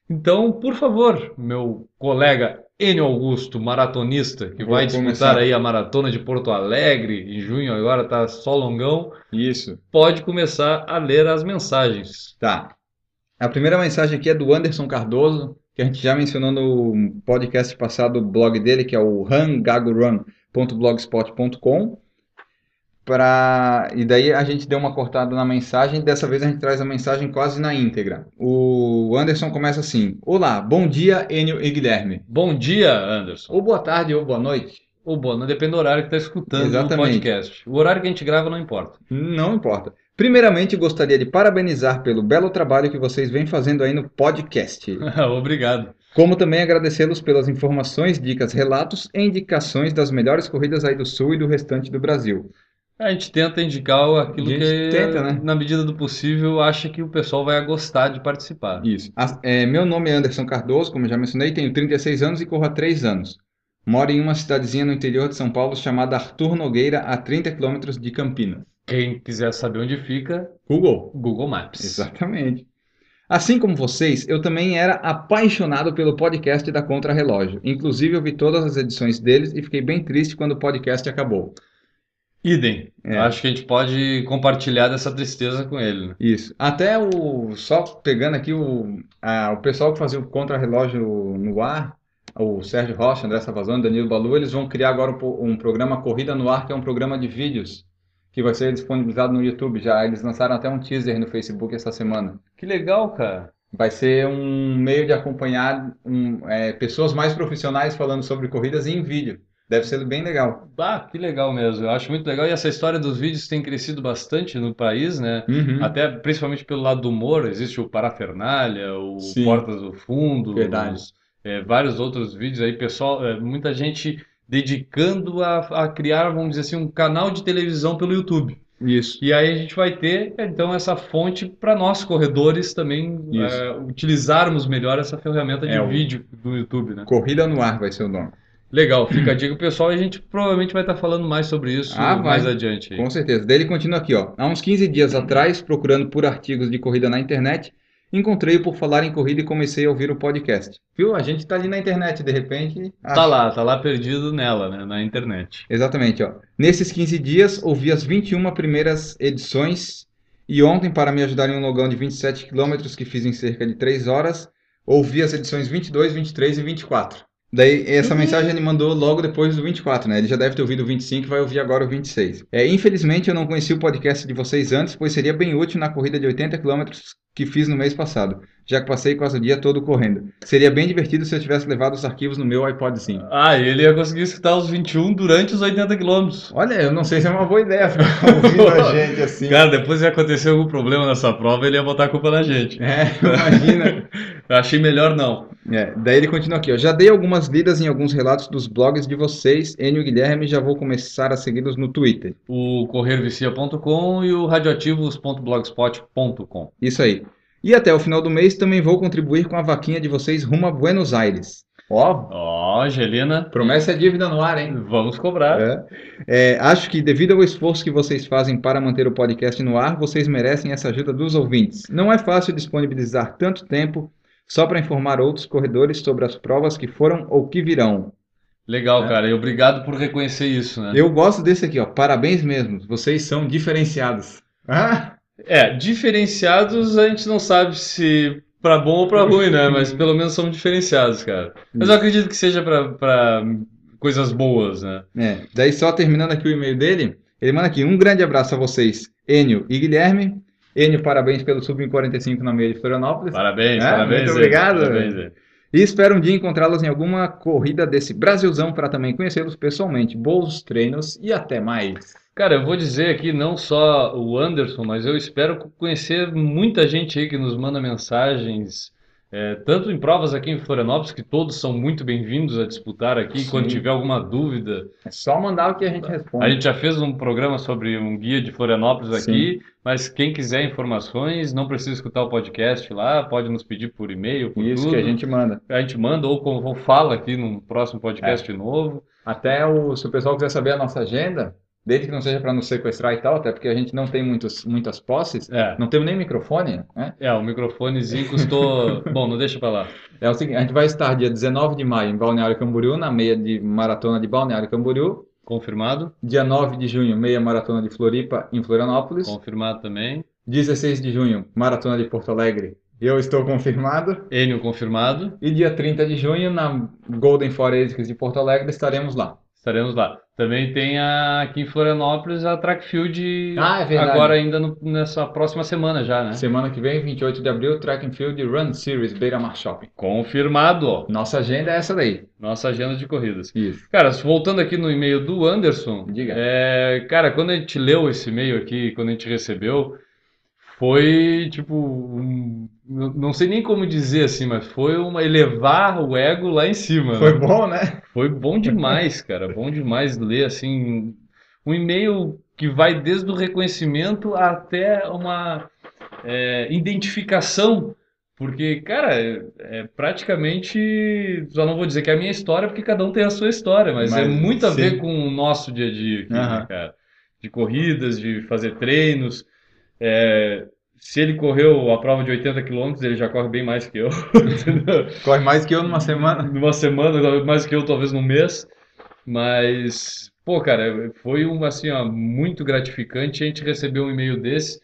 Speaker 2: Então, por favor, meu colega Enio Augusto, maratonista, que
Speaker 5: Vou
Speaker 2: vai disputar
Speaker 5: começar.
Speaker 2: aí a maratona de Porto Alegre em junho, agora tá só longão,
Speaker 5: Isso.
Speaker 2: pode começar a ler as mensagens.
Speaker 5: Tá. A primeira mensagem aqui é do Anderson Cardoso, que a gente já mencionou no podcast passado, o blog dele, que é o rangagorun.blogspot.com. Pra... E daí a gente deu uma cortada na mensagem, dessa vez a gente traz a mensagem quase na íntegra. O Anderson começa assim: Olá, bom dia, Enio e Guilherme.
Speaker 2: Bom dia, Anderson.
Speaker 5: Ou boa tarde ou boa noite.
Speaker 2: Ou bom, não depende do horário que tá escutando o
Speaker 5: Exatamente.
Speaker 2: podcast. O horário que a gente grava não importa.
Speaker 5: Não importa. Primeiramente, gostaria de parabenizar pelo belo trabalho que vocês vêm fazendo aí no podcast.
Speaker 2: Obrigado.
Speaker 5: Como também agradecê-los pelas informações, dicas, relatos e indicações das melhores corridas aí do Sul e do restante do Brasil.
Speaker 2: A gente tenta indicar aquilo
Speaker 5: A gente
Speaker 2: que,
Speaker 5: tenta, né?
Speaker 2: na medida do possível, acha que o pessoal vai gostar de participar.
Speaker 5: Isso. As- é, meu nome é Anderson Cardoso, como eu já mencionei, tenho 36 anos e corro há 3 anos. Moro em uma cidadezinha no interior de São Paulo chamada Arthur Nogueira, a 30 quilômetros de Campinas.
Speaker 2: Quem quiser saber onde fica,
Speaker 5: Google.
Speaker 2: Google Maps.
Speaker 5: Exatamente. Assim como vocês, eu também era apaixonado pelo podcast da Contra Relógio. Inclusive, eu vi todas as edições deles e fiquei bem triste quando o podcast acabou.
Speaker 2: Idem.
Speaker 5: É.
Speaker 2: Acho que a gente pode compartilhar dessa tristeza com ele. né?
Speaker 5: Isso. Até o. Só pegando aqui o, a- o pessoal que fazia o contra-relógio no ar, o Sérgio Rocha, André Savazano, Danilo Balu, eles vão criar agora um, po- um programa Corrida no Ar, que é um programa de vídeos, que vai ser disponibilizado no YouTube já. Eles lançaram até um teaser no Facebook essa semana.
Speaker 2: Que legal, cara.
Speaker 5: Vai ser um meio de acompanhar um, é, pessoas mais profissionais falando sobre corridas em vídeo. Deve ser bem legal.
Speaker 2: Bah, que legal mesmo. Eu acho muito legal. E essa história dos vídeos tem crescido bastante no país, né?
Speaker 5: Uhum.
Speaker 2: Até principalmente pelo lado do humor, existe o Parafernália, o
Speaker 5: Sim.
Speaker 2: Portas do Fundo,
Speaker 5: Verdade.
Speaker 2: os, é, vários outros vídeos aí, pessoal, é, muita gente dedicando a, a criar, vamos dizer assim, um canal de televisão pelo YouTube.
Speaker 5: Isso.
Speaker 2: E aí a gente vai ter, então, essa fonte para nós corredores também
Speaker 5: Isso.
Speaker 2: é, utilizarmos melhor essa ferramenta de
Speaker 5: É, o-
Speaker 2: vídeo do YouTube, né?
Speaker 5: Corrida no Ar vai ser o nome.
Speaker 2: Legal, fica a dica, pessoal, e a gente provavelmente vai estar falando mais sobre isso
Speaker 5: Ah, vai.
Speaker 2: mais adiante aí.
Speaker 5: Com certeza. Daí ele continua aqui, ó. Há uns 15 dias
Speaker 2: Uhum.
Speaker 5: atrás, procurando por artigos de corrida na internet, encontrei o Por Falar em Corrida e comecei a ouvir o podcast. Viu? A gente tá ali na internet, de repente.
Speaker 2: Tá
Speaker 5: acha.
Speaker 2: lá, tá lá perdido nela, né? Na internet.
Speaker 5: Exatamente, ó. Nesses 15 dias, ouvi as 21 primeiras edições e ontem, para me ajudar em um logão de 27 quilômetros que fiz em cerca de 3 horas, ouvi as edições 22, 23 e 24. Daí, essa mensagem ele mandou logo depois do 24, né? Ele já deve ter ouvido o 25 e vai ouvir agora o 26. É, infelizmente, eu não conheci o podcast de vocês antes, pois seria bem útil na corrida de 80 quilômetros que fiz no mês passado, já que passei quase o dia todo correndo. Seria bem divertido se eu tivesse levado os arquivos no meu iPodzinho.
Speaker 2: Ah, ele ia conseguir escutar os 21 durante os 80 quilômetros.
Speaker 5: Olha, eu não sei se é uma boa ideia ficar ouvindo a gente assim.
Speaker 2: Cara, depois ia acontecer algum problema nessa prova, ele ia botar a culpa na gente.
Speaker 5: É, imagina.
Speaker 2: Eu achei melhor não.
Speaker 5: É, daí ele continua aqui, ó. Já dei algumas lidas em alguns relatos dos blogs de vocês, Enio e Guilherme, já vou começar a segui-los no Twitter.
Speaker 2: O corrervicia.com e o radioativos.blogspot.com.
Speaker 5: Isso aí. E até o final do mês também vou contribuir com a vaquinha de vocês rumo a Buenos Aires. Ó,
Speaker 2: Ó, Angelina,
Speaker 5: promessa é dívida no ar, hein?
Speaker 2: vamos cobrar.
Speaker 5: É. É, acho que devido ao esforço que vocês fazem para manter o podcast no ar, vocês merecem essa ajuda dos ouvintes. Não é fácil disponibilizar tanto tempo só para informar outros corredores sobre as provas que foram ou que virão.
Speaker 2: Legal,
Speaker 5: É.
Speaker 2: cara, e obrigado por reconhecer isso, né?
Speaker 5: Eu gosto desse aqui, ó. Parabéns mesmo. Vocês são diferenciados. Ah,
Speaker 2: É, diferenciados a gente não sabe se pra bom ou pra ruim, né? Mas pelo menos somos diferenciados, cara. Mas eu acredito que seja pra, pra coisas boas, né?
Speaker 5: É, daí só terminando aqui o e-mail dele, ele manda aqui um grande abraço a vocês, Enio e Guilherme. Enio, parabéns pelo sub em 45 na meia de Florianópolis.
Speaker 2: Parabéns,
Speaker 5: É,
Speaker 2: parabéns.
Speaker 5: muito
Speaker 2: Zé,
Speaker 5: obrigado.
Speaker 2: Parabéns, Zé.
Speaker 5: E espero um dia encontrá-los em alguma corrida desse Brasilzão para também conhecê-los pessoalmente. Bons treinos e até mais.
Speaker 2: Cara, eu vou dizer aqui não só o Anderson, mas eu espero conhecer muita gente aí que nos manda mensagens, é, tanto em provas aqui em Florianópolis, que todos são muito bem-vindos a disputar aqui.
Speaker 5: Sim.
Speaker 2: Quando tiver alguma dúvida,
Speaker 5: É só mandar o que a gente responde.
Speaker 2: a gente já fez um programa sobre um guia de Florianópolis aqui, mas quem quiser informações, não precisa escutar o podcast lá, pode nos pedir por e-mail, por
Speaker 5: Isso que a
Speaker 2: tudo.
Speaker 5: gente manda.
Speaker 2: A gente manda ou, com- ou fala aqui num próximo podcast
Speaker 5: É.
Speaker 2: novo.
Speaker 5: Até o, se o pessoal quiser saber a nossa agenda, desde que não seja para nos sequestrar e tal, até porque a gente não tem muitos, muitas posses,
Speaker 2: É,
Speaker 5: não temos nem microfone, né?
Speaker 2: é, o microfonezinho custou. Bom, não deixa pra lá.
Speaker 5: É o seguinte, a gente vai estar dia 19 de maio em Balneário Camboriú, na meia de maratona de Balneário Camboriú.
Speaker 2: Confirmado?
Speaker 5: Dia 9 de junho, meia maratona de Floripa, em Florianópolis.
Speaker 2: Confirmado também.
Speaker 5: 16 de junho, maratona de Porto Alegre. Eu estou confirmado.
Speaker 2: Enio confirmado.
Speaker 5: E dia 30 de junho, na Golden Forensics de Porto Alegre, estaremos lá.
Speaker 2: Estaremos lá. Também tem a, aqui em Florianópolis a Track Field
Speaker 5: Ah, é verdade.
Speaker 2: agora ainda no- nessa próxima semana já, né?
Speaker 5: Semana que vem, 28 de abril, Track and Field Run Series Beira Mar Shopping.
Speaker 2: Confirmado, ó.
Speaker 5: Nossa agenda é essa daí.
Speaker 2: Nossa agenda de corridas.
Speaker 5: Isso.
Speaker 2: Cara, voltando aqui no e-mail do Anderson,
Speaker 5: Diga.
Speaker 2: é, cara, quando a gente leu esse e-mail aqui, quando a gente recebeu, foi tipo, um- não não sei nem como dizer assim, mas foi uma elevar o ego lá em cima, né?
Speaker 5: Foi bom, né?
Speaker 2: Foi bom demais, cara. Bom demais ler assim um e-mail que vai desde o reconhecimento até uma é, identificação. Porque, cara, é, é praticamente. Só não vou dizer que é a minha história, porque cada um tem a sua história, mas é
Speaker 5: Mas,
Speaker 2: muito a ver
Speaker 5: sim.
Speaker 2: com o nosso dia a dia aqui, né,
Speaker 5: Aham.
Speaker 2: cara? De corridas, de fazer treinos. É, se ele correu a prova de 80 quilômetros, ele já corre bem mais que eu, entendeu?
Speaker 5: Corre mais que eu numa semana.
Speaker 2: numa semana, talvez mais que eu, talvez num mês. Mas, pô, cara, foi um, assim, ó, muito gratificante a gente receber um e-mail desse.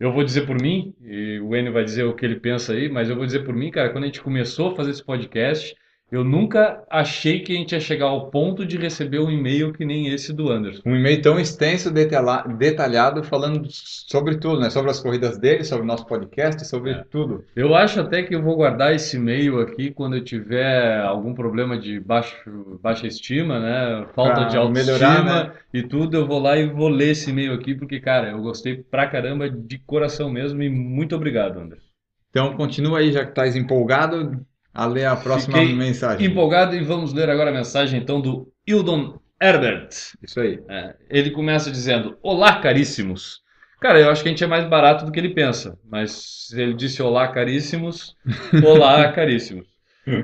Speaker 2: Eu vou dizer por mim, e o Enio vai dizer o que ele pensa aí, mas eu vou dizer por mim, cara, quando a gente começou a fazer esse podcast, eu nunca achei que a gente ia chegar ao ponto de receber um e-mail que nem esse do Anderson.
Speaker 5: Um e-mail tão extenso, detala- detalhado, falando sobre tudo, né? Sobre as corridas dele, sobre o nosso podcast, sobre
Speaker 2: É.
Speaker 5: tudo.
Speaker 2: Eu acho até que eu vou guardar esse e-mail aqui quando eu tiver algum problema de baixo, baixa estima, né? Falta
Speaker 5: Pra
Speaker 2: de
Speaker 5: melhorar, né?
Speaker 2: autoestima e tudo. Eu vou lá e vou ler esse e-mail aqui, porque, cara, eu gostei pra caramba de coração mesmo e muito obrigado, Anderson.
Speaker 5: Então continua aí, já que estás empolgado, a ler a próxima
Speaker 2: Fiquei
Speaker 5: mensagem.
Speaker 2: Empolgado e vamos ler agora a mensagem então do Hildon Herbert.
Speaker 5: Isso aí.
Speaker 2: É, ele começa dizendo: Olá, caríssimos. Cara, eu acho que a gente é mais barato do que ele pensa, mas se ele disse olá, caríssimos, olá, caríssimos.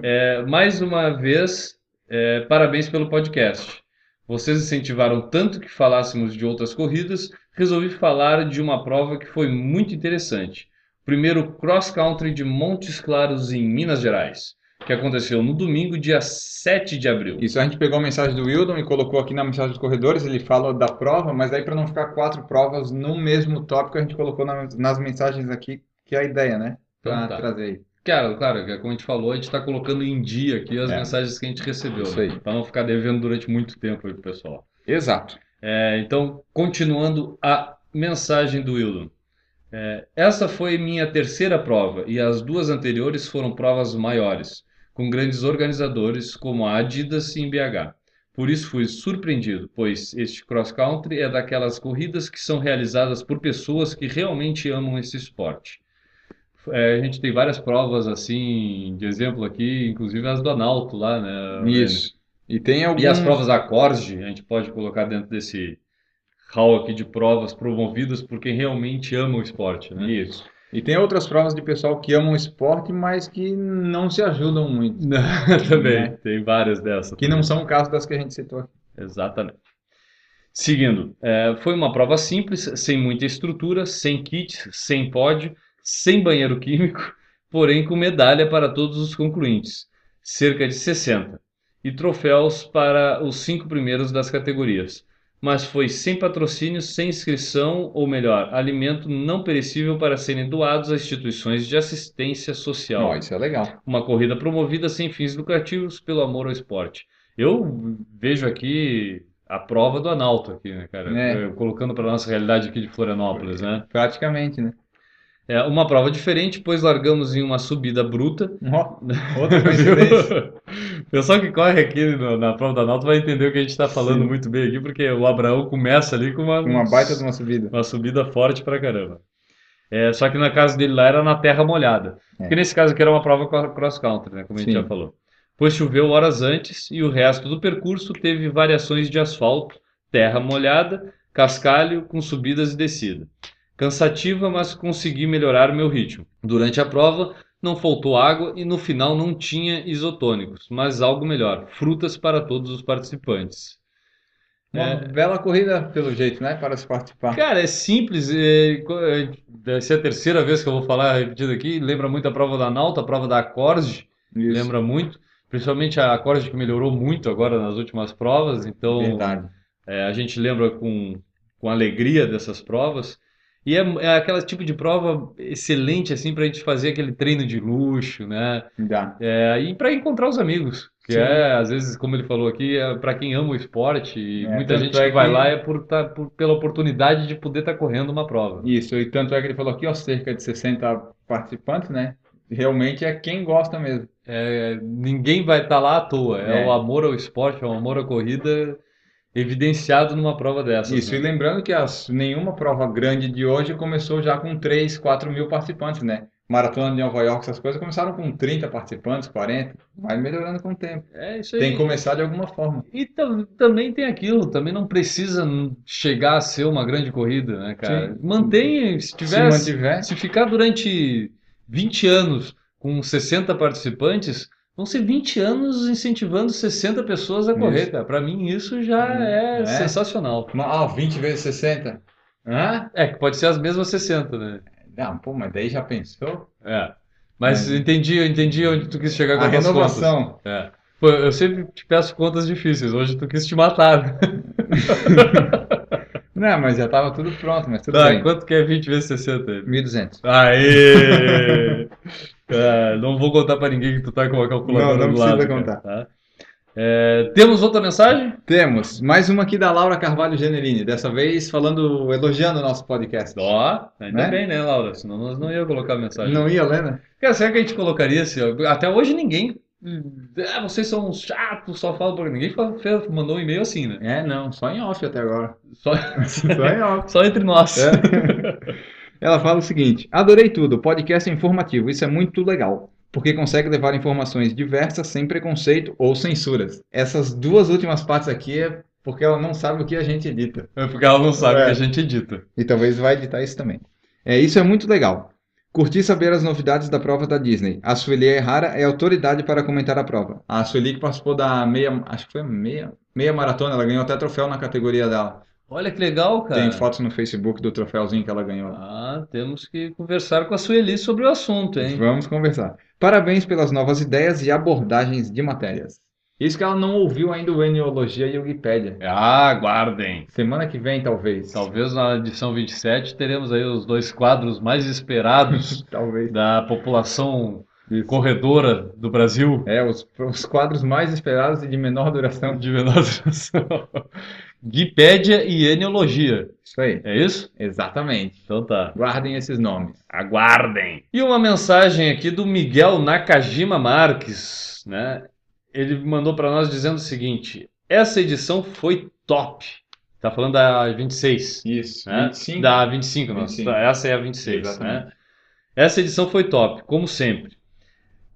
Speaker 2: É, mais uma vez, é, parabéns pelo podcast. Vocês incentivaram tanto que falássemos de outras corridas, resolvi falar de uma prova que foi muito interessante. Primeiro Cross Country de Montes Claros, em Minas Gerais, que aconteceu no domingo, dia 7 de abril.
Speaker 5: Isso, a gente pegou a mensagem do Wildon e colocou aqui na mensagem dos corredores, ele fala da prova, mas aí para não ficar quatro provas no mesmo tópico, a gente colocou na- nas mensagens aqui, que é a ideia, né? Pra
Speaker 2: Então tá.
Speaker 5: trazer aí.
Speaker 2: Cara, claro, que é como a gente falou, a gente está colocando em dia aqui as
Speaker 5: É.
Speaker 2: mensagens que a gente recebeu,
Speaker 5: Isso
Speaker 2: né?
Speaker 5: aí.
Speaker 2: Pra não ficar devendo durante muito tempo aí pro pessoal.
Speaker 5: Exato.
Speaker 2: É, então, continuando a mensagem do Wildon. É, essa foi minha terceira prova e as duas anteriores foram provas maiores, com grandes organizadores como a Adidas em BH. Por isso fui surpreendido, pois este cross-country é daquelas corridas que são realizadas por pessoas que realmente amam esse esporte. É, a gente tem várias provas assim, de exemplo aqui, inclusive as do Analto lá, né?
Speaker 5: Isso. Tá E tem
Speaker 2: E as
Speaker 5: algum-
Speaker 2: provas da Corge, a gente pode colocar dentro desse hall aqui de provas promovidas por quem realmente ama o esporte, né?
Speaker 5: Isso. E tem outras provas de pessoal que amam o esporte, mas que não se ajudam muito.
Speaker 2: Também,
Speaker 5: Né?
Speaker 2: tem várias dessas.
Speaker 5: Que não são o caso das que a gente citou aqui.
Speaker 2: Exatamente. Seguindo, eh, foi uma prova simples, sem muita estrutura, sem kits, sem pódio, sem banheiro químico, porém com medalha para todos os concluintes, cerca de 60, e troféus para os cinco primeiros das categorias. Mas foi sem patrocínio, sem inscrição, ou melhor, alimento não perecível para serem doados a instituições de assistência social.
Speaker 5: Ó, isso é legal.
Speaker 2: Uma corrida promovida sem fins lucrativos pelo amor ao esporte. Eu vejo aqui a prova do Analto aqui, né, cara?
Speaker 5: É.
Speaker 2: Eu- Colocando para nossa realidade aqui de Florianópolis, né?
Speaker 5: Praticamente, né?
Speaker 2: É uma prova diferente, pois largamos em uma subida bruta.
Speaker 5: Ó, outra coincidência.
Speaker 2: O pessoal que corre aqui no- na prova do Analto vai entender o que a gente está falando
Speaker 5: Sim.
Speaker 2: muito bem aqui, porque o Abraão começa ali com uma,
Speaker 5: Uma baita de uma subida.
Speaker 2: uma subida forte pra caramba. É, só que na casa dele lá era na terra molhada.
Speaker 5: É.
Speaker 2: Porque nesse caso aqui era uma prova cro- cross-country, né? Como a gente
Speaker 5: Sim.
Speaker 2: já falou. Pois choveu horas antes e o resto do percurso teve variações de asfalto, terra molhada, cascalho, com subidas e descida. Cansativa, mas consegui melhorar meu ritmo. Durante a prova, não faltou água e no final não tinha isotônicos, mas algo melhor, frutas para todos os participantes.
Speaker 5: Uma bela corrida, pelo jeito, né? Para se participar.
Speaker 2: Cara, é simples. É, co- é, deve ser a terceira vez que eu vou falar repetido aqui. Lembra muito a prova da Nauta, a prova da Acorge.
Speaker 5: Isso,
Speaker 2: Lembra muito. Principalmente a Acorge que melhorou muito agora nas últimas provas. Então,
Speaker 5: Verdade.
Speaker 2: é, a gente lembra com, com alegria dessas provas. E é, é aquele tipo de prova excelente, assim, pra gente fazer aquele treino de luxo, né?
Speaker 5: Dá.
Speaker 2: É, e pra encontrar os amigos. Que
Speaker 5: Sim.
Speaker 2: é, às vezes, como ele falou aqui, é pra quem ama o esporte, e
Speaker 5: É,
Speaker 2: muita
Speaker 5: tanto
Speaker 2: gente
Speaker 5: é
Speaker 2: que vai
Speaker 5: que-
Speaker 2: lá é por, tá, por- pela oportunidade de poder estar correndo uma prova.
Speaker 5: Isso, e tanto é que ele falou aqui, ó, cerca de 60 participantes, né? Realmente é quem gosta mesmo.
Speaker 2: É, ninguém vai estar lá à toa. É
Speaker 5: É.
Speaker 2: o amor ao esporte, é o amor à corrida evidenciado numa prova dessas,
Speaker 5: Isso, e
Speaker 2: né?
Speaker 5: lembrando que as, nenhuma prova grande de hoje começou já com 3, 4 mil participantes, né? Maratona de Nova York, essas coisas começaram com 30 participantes, 40, vai melhorando com o tempo.
Speaker 2: É isso
Speaker 5: Tem
Speaker 2: aí.
Speaker 5: que começar de alguma forma.
Speaker 2: E tam- também tem aquilo, também não precisa n- chegar a ser uma grande corrida, né, cara?
Speaker 5: Sim.
Speaker 2: Mantenha, se
Speaker 5: Se
Speaker 2: tiver,
Speaker 5: mantiver,
Speaker 2: se ficar durante 20 anos com 60 participantes, vão ser 20 anos incentivando 60 pessoas a correr,
Speaker 5: Isso.
Speaker 2: cara. Pra mim isso já
Speaker 5: Hum,
Speaker 2: é
Speaker 5: né?
Speaker 2: sensacional.
Speaker 5: uma- ah, 20 vezes 60? Hã?
Speaker 2: É, que pode ser as mesmas 60, né?
Speaker 5: Não, pô, mas daí já pensou?
Speaker 2: É. Mas eu entendi, eu entendi onde tu quis chegar com
Speaker 5: A
Speaker 2: essas contas.
Speaker 5: renovação.
Speaker 2: É. Pô, eu sempre te peço contas difíceis, hoje tu quis te matar. né?
Speaker 5: Não, mas já tava tudo pronto, mas tudo
Speaker 2: Tá,
Speaker 5: bem.
Speaker 2: quanto que é 20 vezes 60?
Speaker 5: 1.200.
Speaker 2: Aê! É, não vou contar pra ninguém que tu tá com a calculadora
Speaker 5: Não, não
Speaker 2: do lado,
Speaker 5: precisa
Speaker 2: cara, tá? É, temos outra mensagem?
Speaker 5: Temos mais uma aqui da Laura Carvalho Generini, dessa vez falando, elogiando o nosso podcast.
Speaker 2: Ó, ainda
Speaker 5: Né?
Speaker 2: bem, né, Laura? Senão nós não ia colocar a mensagem.
Speaker 5: Não ia, Lena?
Speaker 2: Cara, será que a gente colocaria assim? ó, Até hoje ninguém.
Speaker 5: Hum.
Speaker 2: Ah, vocês são chatos, só falam pra ninguém. fa- fez- Mandou um e-mail assim, né?
Speaker 5: É, não, só em off até agora.
Speaker 2: Só,
Speaker 5: Só em off.
Speaker 2: só entre nós.
Speaker 5: É. Ela fala o seguinte: Adorei tudo, podcast é informativo, isso é muito legal, porque consegue levar informações diversas sem preconceito ou censuras. Essas duas últimas partes aqui é porque ela não sabe o que a gente edita.
Speaker 2: É porque ela não sabe o
Speaker 5: É.
Speaker 2: que a gente edita.
Speaker 5: E talvez vai editar isso também. É, isso é muito legal. Curti saber as novidades da prova da Disney. A Sueli Errara é autoridade para comentar a prova. A Sueli que participou da meia, acho que foi meia, meia maratona, ela ganhou até troféu na categoria dela.
Speaker 2: Olha que legal, cara.
Speaker 5: Tem fotos no Facebook do troféuzinho que ela ganhou. lá.
Speaker 2: Ah, temos que conversar com a Sueli sobre o assunto, hein?
Speaker 5: Vamos conversar. Parabéns pelas novas ideias e abordagens de matérias. Isso que ela não ouviu ainda o Eneologia e o Wikipédia.
Speaker 2: Ah, aguardem.
Speaker 5: Semana que vem, talvez.
Speaker 2: Talvez na edição 27 teremos aí os dois quadros mais esperados
Speaker 5: Talvez.
Speaker 2: da população
Speaker 5: Isso.
Speaker 2: corredora do Brasil
Speaker 5: É, os, os quadros mais esperados e de menor duração.
Speaker 2: de menor duração. Guipédia e Eneologia.
Speaker 5: Isso aí.
Speaker 2: É isso?
Speaker 5: Exatamente.
Speaker 2: Então tá.
Speaker 5: Guardem esses nomes.
Speaker 2: Aguardem. E uma mensagem aqui do Miguel Nakajima Marques, né? Ele mandou para nós dizendo o seguinte: essa edição foi top. Tá falando da 26,
Speaker 5: Isso.
Speaker 2: né?
Speaker 5: 25.
Speaker 2: Da 25, nossa.
Speaker 5: 25.
Speaker 2: Essa é a 26, né?
Speaker 5: Exatamente.
Speaker 2: Essa edição foi top, como sempre.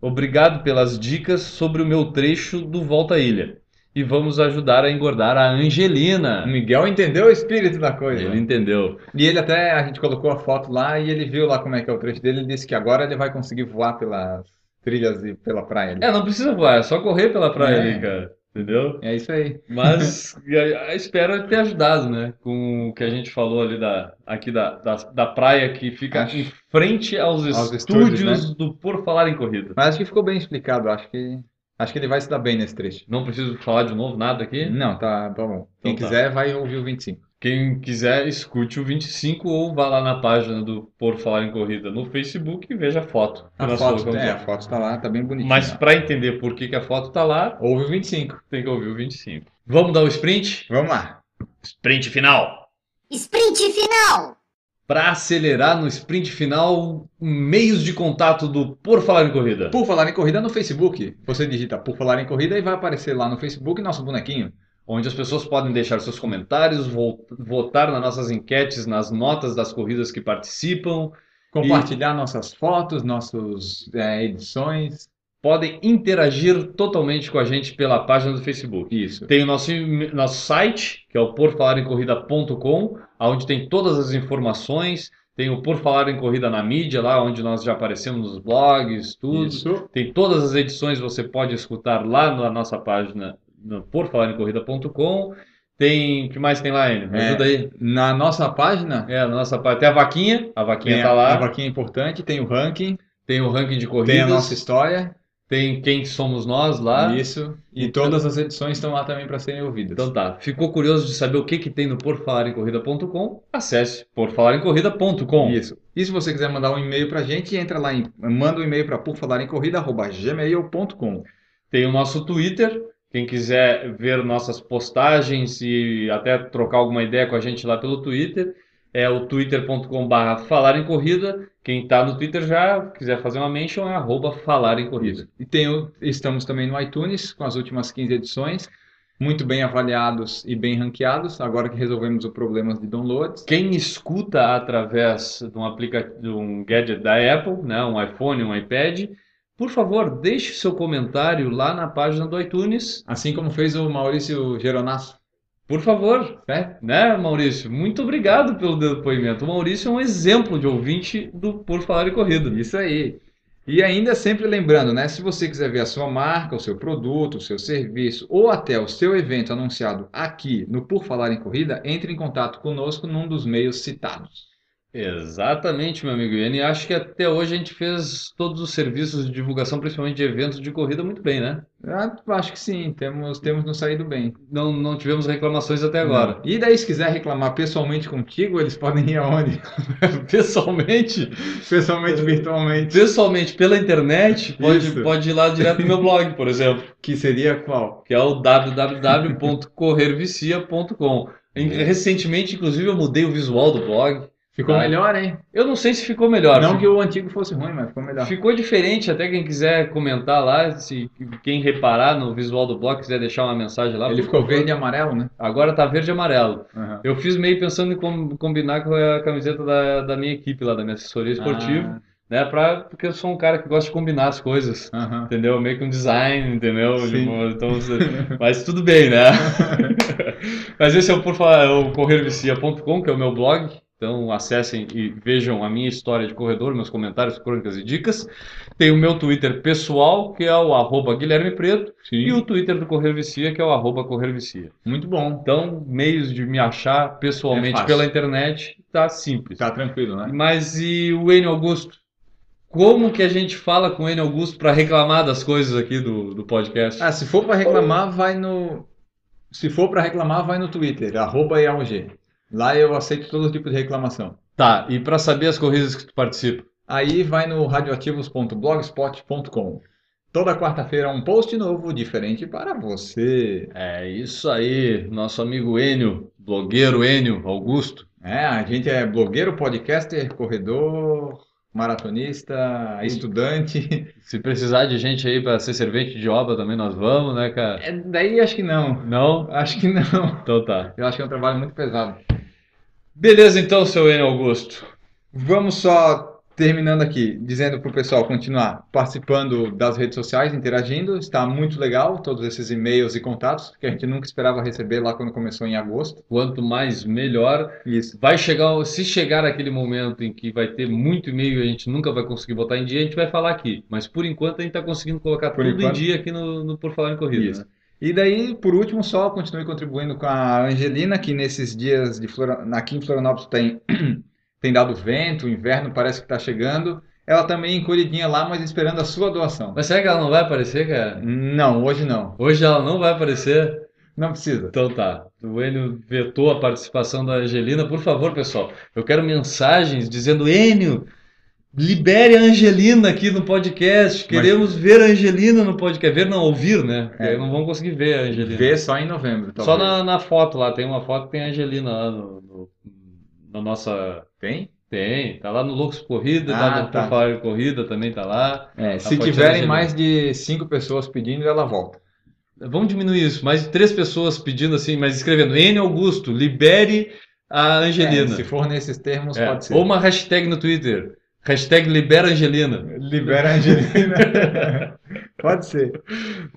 Speaker 2: Obrigado pelas dicas sobre o meu trecho do Volta à Ilha. E vamos ajudar a engordar a Angelina.
Speaker 5: O Miguel entendeu o espírito da coisa. né?
Speaker 2: Ele entendeu.
Speaker 5: E ele até, a gente colocou a foto lá e ele viu lá como é que é o trecho dele. Ele disse que agora ele vai conseguir voar pelas trilhas e pela praia. ali.
Speaker 2: É, não precisa voar, é só correr pela praia
Speaker 5: É.
Speaker 2: ali, cara. Entendeu?
Speaker 5: É isso aí.
Speaker 2: Mas eh, espero ter ajudado, né? Com o que a gente falou ali da, aqui da, da, da praia que fica
Speaker 5: Acho-
Speaker 2: em frente aos
Speaker 5: Aos
Speaker 2: estúdios
Speaker 5: estúdios, né?
Speaker 2: do Por Falar em Corrida.
Speaker 5: Mas acho que ficou bem explicado. Acho que, acho que ele vai se dar bem nesse trecho.
Speaker 2: Não preciso falar de novo nada aqui.
Speaker 5: Não, tá, tá bom. Quem
Speaker 2: Então tá.
Speaker 5: quiser vai ouvir o 25.
Speaker 2: Quem quiser, escute o 25 ou vá lá na página do Por Falar em Corrida no Facebook e veja a foto que
Speaker 5: A
Speaker 2: nós
Speaker 5: foto,
Speaker 2: colocamos
Speaker 5: é, a
Speaker 2: lá.
Speaker 5: foto tá lá, tá bem bonitinha.
Speaker 2: Mas para entender por que, que a foto tá lá,
Speaker 5: Houve o 25.
Speaker 2: tem que ouvir o 25. Vamos dar o sprint?
Speaker 5: Vamos lá.
Speaker 2: Sprint final!
Speaker 4: Sprint final.
Speaker 2: Para acelerar no sprint final, meios de contato do Por Falar em Corrida.
Speaker 5: Por falar em corrida no Facebook, você digita por falar em corrida e vai aparecer lá no Facebook nosso bonequinho.
Speaker 2: onde as pessoas podem deixar seus comentários, vo- votar nas nossas enquetes, nas notas das corridas que participam,
Speaker 5: Compartilhar nossas fotos, nossas é, edições.
Speaker 2: podem interagir totalmente com a gente pela página do Facebook.
Speaker 5: Isso.
Speaker 2: Tem o nosso, e- nosso site, que é o porfalarencorrida.com, onde tem todas as informações, tem o Por Falar em Corrida na mídia, lá onde nós já aparecemos nos blogs, tudo.
Speaker 5: Isso.
Speaker 2: Tem todas as edições, você pode escutar lá na nossa página, no porfalarencorrida.com. Tem, o que mais tem lá, Enio? Me
Speaker 5: É.
Speaker 2: ajuda aí.
Speaker 5: Na nossa página,
Speaker 2: É, a nossa parte. Tem a vaquinha, a vaquinha
Speaker 5: tem
Speaker 2: tá
Speaker 5: a,
Speaker 2: lá.
Speaker 5: a vaquinha importante, tem o ranking,
Speaker 2: Tem o ranking de
Speaker 5: tem a
Speaker 2: corridas,
Speaker 5: nossa história.
Speaker 2: tem quem somos nós lá.
Speaker 5: Isso. E todas as edições estão lá também para serem ouvidas.
Speaker 2: Então tá, ficou curioso de saber o que que tem no porfalarencorrida.com? Acesse porfalarencorrida.com.
Speaker 5: Isso. E se você quiser mandar um e-mail pra gente, entra lá em manda um e-mail para porfalarencorrida@gmail.com.
Speaker 2: Tem o nosso Twitter, quem quiser ver nossas postagens e até trocar alguma ideia com a gente lá pelo Twitter, é o twitter.com/barra falar em corrida. Quem tá no Twitter já quiser fazer uma mention é arroba falar em corrida.
Speaker 5: E tem o- estamos também no iTunes com as últimas 15 edições, muito bem avaliados e bem ranqueados, agora que resolvemos o problema de downloads.
Speaker 2: Quem escuta através de um aplica- de um gadget da Apple, né, um iPhone, um iPad, por favor, deixe seu comentário lá na página do iTunes.
Speaker 5: Assim como fez o Maurício Geronasso,
Speaker 2: Por favor,
Speaker 5: né?
Speaker 2: né, Maurício? Muito obrigado pelo depoimento. O Maurício é um exemplo de ouvinte do Por Falar em Corrida.
Speaker 5: Isso aí. E ainda sempre lembrando, né? Se você quiser ver a sua marca, o seu produto, o seu serviço ou até o seu evento anunciado aqui no Por Falar em Corrida, entre em contato conosco num dos meios citados.
Speaker 2: Exatamente, meu amigo Ian. E acho que até hoje a gente fez todos os serviços de divulgação, principalmente de eventos de corrida, muito bem, né?
Speaker 5: Ah, acho que sim, temos, temos nos saído bem.
Speaker 2: Não, não tivemos reclamações até agora.
Speaker 5: E daí, se quiser reclamar pessoalmente contigo, eles podem ir aonde?
Speaker 2: Pessoalmente.
Speaker 5: Pessoalmente, virtualmente.
Speaker 2: pessoalmente pela internet, pode,
Speaker 5: Isso.
Speaker 2: pode ir lá direto no meu blog, por exemplo,
Speaker 5: Que seria qual?
Speaker 2: que é o www.corrervicia.com. Em-
Speaker 5: É.
Speaker 2: Recentemente, inclusive, eu mudei o visual do blog.
Speaker 5: Ficou
Speaker 2: Ah.
Speaker 5: melhor, hein?
Speaker 2: Eu não sei se ficou melhor.
Speaker 5: Não tá.
Speaker 2: Fi-
Speaker 5: que o antigo fosse ruim, mas ficou melhor.
Speaker 2: Ficou diferente, até quem quiser comentar lá, se quem reparar no visual do blog quiser deixar uma mensagem lá.
Speaker 5: Ele
Speaker 2: por
Speaker 5: ficou
Speaker 2: favor.
Speaker 5: verde e amarelo, né?
Speaker 2: Agora tá verde e amarelo.
Speaker 5: Aham.
Speaker 2: Eu fiz meio pensando em com- combinar com a camiseta da, da minha equipe lá, da minha assessoria esportiva, né? Pra, porque eu sou um cara que gosta de combinar as coisas.
Speaker 5: Ah, aham.
Speaker 2: Entendeu? Meio que um design, entendeu?
Speaker 5: Sim.
Speaker 2: Tipo, então, você- mas tudo bem, né? mas esse é o por falar, é o corrervicia.com, que é o meu blog. Então acessem e vejam a minha história de corredor, meus comentários, crônicas e dicas. Tem o meu Twitter pessoal, que é o arroba Guilherme Preto, e
Speaker 5: Sim.
Speaker 2: o Twitter do Correr Vicia, que é o arroba Correr Vicia.
Speaker 5: Muito bom.
Speaker 2: Então, meios de me achar
Speaker 5: É
Speaker 2: pessoalmente
Speaker 5: fácil.
Speaker 2: pela internet, tá simples.
Speaker 5: Tá tranquilo, né?
Speaker 2: Mas e o N Augusto? Como que a gente fala com o N Augusto para reclamar das coisas aqui do, do podcast?
Speaker 5: Ah, se for pra reclamar, vai no. Se for pra reclamar, vai no Twitter, arroba EAUG. Lá eu aceito todo tipo de reclamação.
Speaker 2: Tá, e para saber as corridas que tu participa?
Speaker 5: Aí vai no radioativos.blogspot.com. Toda quarta-feira um post novo, diferente para você.
Speaker 2: É isso aí, nosso amigo Enio, blogueiro Enio Augusto.
Speaker 5: É, a gente é blogueiro, podcaster, corredor, maratonista, estudante.
Speaker 2: Se precisar de gente aí para ser servente de obra também nós vamos, né, cara?
Speaker 5: É, daí acho que não.
Speaker 2: Não?
Speaker 5: Acho que não.
Speaker 2: Então tá.
Speaker 5: Eu acho que é um trabalho muito pesado.
Speaker 2: Beleza então, seu Enio Augusto.
Speaker 5: Vamos só terminando aqui, dizendo para o pessoal continuar participando das redes sociais, interagindo. Está muito legal todos esses e-mails e contatos que a gente nunca esperava receber lá quando começou em agosto.
Speaker 2: Quanto mais melhor.
Speaker 5: Isso.
Speaker 2: Vai chegar, se chegar aquele momento em que vai ter muito e-mail e a gente nunca vai conseguir botar em dia, a gente vai falar aqui. Mas por enquanto a gente está conseguindo colocar
Speaker 5: Por
Speaker 2: tudo em
Speaker 5: enquanto.
Speaker 2: dia aqui no, no Por Falar em Corrida.
Speaker 5: Isso.
Speaker 2: né?
Speaker 5: E daí, por último, só continue contribuindo com a Angelina, que nesses dias de Flora... aqui em Florianópolis tem, tem dado vento, o inverno parece que está chegando. Ela também encolhidinha lá, mas esperando a sua doação.
Speaker 2: Mas será que ela não vai aparecer, cara?
Speaker 5: Não, hoje não.
Speaker 2: Hoje ela não vai aparecer.
Speaker 5: Não precisa.
Speaker 2: Então tá, o Enio vetou a participação da Angelina. Por favor, pessoal, eu quero mensagens dizendo: Enio, libere a Angelina aqui no podcast. Queremos ver a Angelina no podcast. Ver, não, ouvir, né? Porque
Speaker 5: É.
Speaker 2: aí não vão conseguir ver a Angelina.
Speaker 5: Vê só em novembro,
Speaker 2: Só
Speaker 5: talvez.
Speaker 2: na, na foto lá, tem uma foto que tem a Angelina lá no, no- na nossa.
Speaker 5: Tem?
Speaker 2: Tem, tá lá no Loucos Corrida,
Speaker 5: Ah,
Speaker 2: tá no
Speaker 5: tá.
Speaker 2: Por Falar em Corrida também tá lá.
Speaker 5: É,
Speaker 2: A
Speaker 5: se
Speaker 2: fotinha
Speaker 5: tiverem
Speaker 2: da
Speaker 5: mais de cinco pessoas pedindo, ela volta.
Speaker 2: Vamos diminuir isso, mais de três pessoas pedindo assim, mas escrevendo: Enio Augusto, libere a
Speaker 5: É,
Speaker 2: Angelina.
Speaker 5: se for nesses termos,
Speaker 2: É,
Speaker 5: pode ser.
Speaker 2: Ou uma hashtag no Twitter. Hashtag libera Angelina.
Speaker 5: Libera a Angelina. pode ser.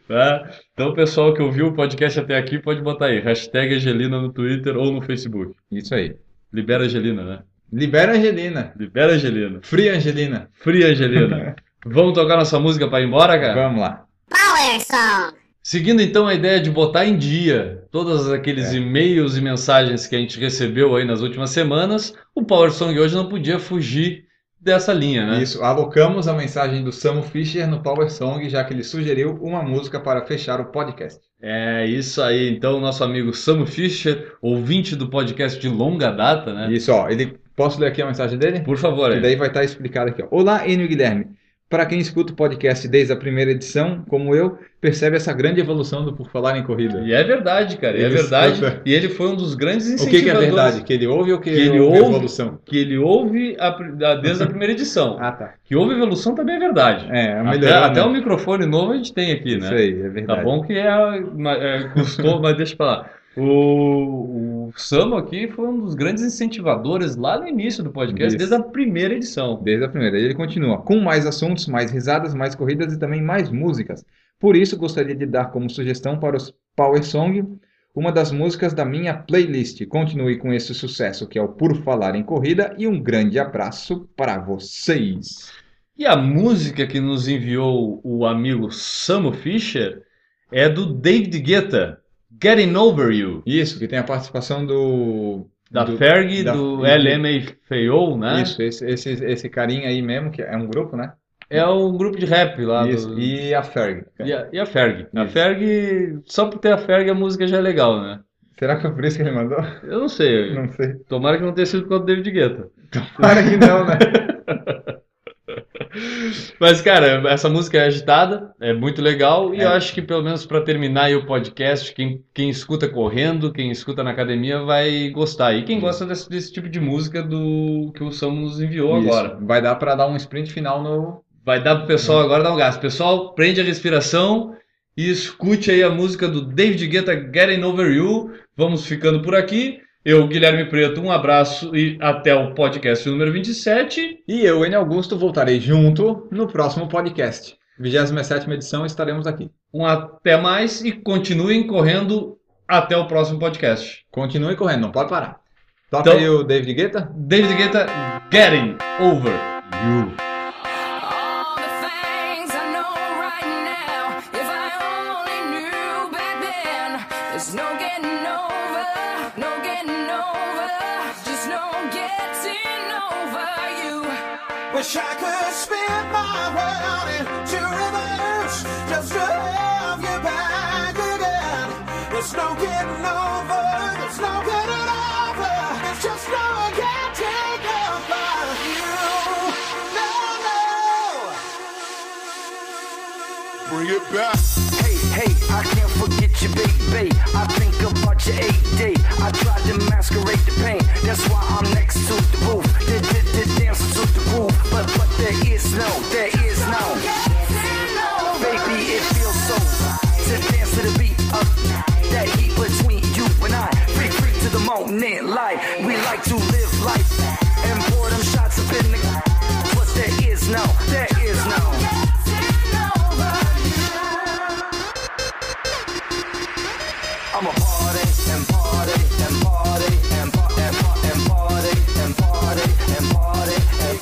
Speaker 2: Tá? Então, o pessoal que ouviu o podcast até aqui, pode botar aí. Hashtag Angelina no Twitter ou no Facebook.
Speaker 5: Isso aí.
Speaker 2: Libera Angelina, né?
Speaker 5: Libera a Angelina.
Speaker 2: Libera Angelina.
Speaker 5: Free Angelina.
Speaker 2: Fria Angelina. Vamos tocar nossa música pra ir embora, cara?
Speaker 5: É, Vamos lá.
Speaker 4: Power Song.
Speaker 2: Seguindo então a ideia de botar em dia todos
Speaker 5: É.
Speaker 2: aqueles e-mails e mensagens que a gente recebeu aí nas últimas semanas, o Power Song hoje não podia fugir dessa linha, né?
Speaker 5: Isso, alocamos a mensagem do Samu Fischer no Power Song, já que ele sugeriu uma música para fechar o podcast.
Speaker 2: É isso aí, então, nosso amigo Samu Fischer, ouvinte do podcast de longa data, né?
Speaker 5: Isso, ó, ele posso ler aqui a mensagem dele?
Speaker 2: Por favor, é.
Speaker 5: E
Speaker 2: aí.
Speaker 5: daí vai estar explicado aqui, ó. Olá, Enio e Guilherme. Para quem escuta o podcast desde a primeira edição, como eu, percebe essa grande evolução do Por Falar em Corrida.
Speaker 2: E é verdade, cara, e é
Speaker 5: Ele
Speaker 2: verdade.
Speaker 5: escuta.
Speaker 2: E ele foi um dos grandes
Speaker 5: O que que é
Speaker 2: incentivadores
Speaker 5: verdade? Que ele ouve ou que,
Speaker 2: Que ele
Speaker 5: houve
Speaker 2: ouve?
Speaker 5: evolução?
Speaker 2: que ele ouve a pri- a- desde a primeira edição.
Speaker 5: Ah, tá.
Speaker 2: Que houve evolução também é verdade.
Speaker 5: É, é
Speaker 2: Até,
Speaker 5: melhor,
Speaker 2: até
Speaker 5: né?
Speaker 2: o microfone novo a gente tem aqui, né?
Speaker 5: Isso aí, é
Speaker 2: Tá
Speaker 5: verdade.
Speaker 2: bom que é, ma- é, custou, mas deixa pra lá. O, o Samu aqui foi um dos grandes incentivadores lá no início do podcast,
Speaker 5: Isso.
Speaker 2: desde a primeira edição.
Speaker 5: Desde a primeira. Ele continua. Com mais assuntos, mais risadas, mais corridas e também mais músicas. Por isso, gostaria de dar como sugestão para os Power Song uma das músicas da minha playlist. Continue com esse sucesso que é o Por Falar em Corrida e um grande abraço para vocês.
Speaker 2: E a música que nos enviou o amigo Samu Fischer é do David Guetta, Getting Over You,
Speaker 5: Isso, que tem a participação do.
Speaker 2: da
Speaker 5: do-
Speaker 2: Ferg,
Speaker 5: da-
Speaker 2: do LMFAO, né?
Speaker 5: Isso, esse, esse, esse carinha aí mesmo, que é um grupo, né?
Speaker 2: É um grupo de rap lá do-
Speaker 5: Isso. E a Ferg.
Speaker 2: E a, e a Ferg. A
Speaker 5: Isso.
Speaker 2: Ferg, só por ter a Ferg a música já é legal, né?
Speaker 5: Será que foi por isso que ele mandou?
Speaker 2: Eu não sei,
Speaker 5: Não sei.
Speaker 2: tomara que não tenha sido por causa do David Guetta.
Speaker 5: Para que não, né?
Speaker 2: Mas, cara, essa música é agitada, é muito legal, e
Speaker 5: É.
Speaker 2: eu acho que pelo menos pra terminar aí o podcast, quem, quem escuta correndo, quem escuta na academia vai gostar. E quem gosta desse, desse tipo de música do que o Samu nos enviou
Speaker 5: Isso.
Speaker 2: agora.
Speaker 5: Vai dar para dar um sprint final no,
Speaker 2: Vai dar pro pessoal
Speaker 5: É.
Speaker 2: agora dar um gás. Pessoal, prende a respiração e escute aí a música do David Guetta, Getting Over You. Vamos ficando por aqui. Eu, Guilherme Preto, um abraço e até o podcast número 27.
Speaker 5: E eu, N. Augusto, voltarei junto no próximo podcast. 27ª edição, estaremos aqui.
Speaker 2: Um até mais e continuem correndo até o próximo podcast.
Speaker 5: Continue correndo, não pode parar. Toca
Speaker 2: Então-
Speaker 5: aí o David Guetta.
Speaker 2: David Guetta, Getting Over You.
Speaker 6: All the things I know right now, if I only knew back then, there's no getting over, no getting over, just no getting over you.
Speaker 3: Wish I could spin my world into reverse just to have you back again. There's no getting over, there's no getting over, it's just no one can take over you. No, no. Bring it back.
Speaker 7: Hey, hey, I can't forget you, baby. I think about your eight day. I tried to masquerade the pain. That's why I'm next to the roof. The, the, the dancer to the roof. But, but there is no, there is no. Baby, it feels so right to dance to the beat of that heat between you and I. Free, free to the moment, light. We like to live life and pour them shots up in the. But there is no, there is no. I'm a party and party and party and party and party and party and party and party and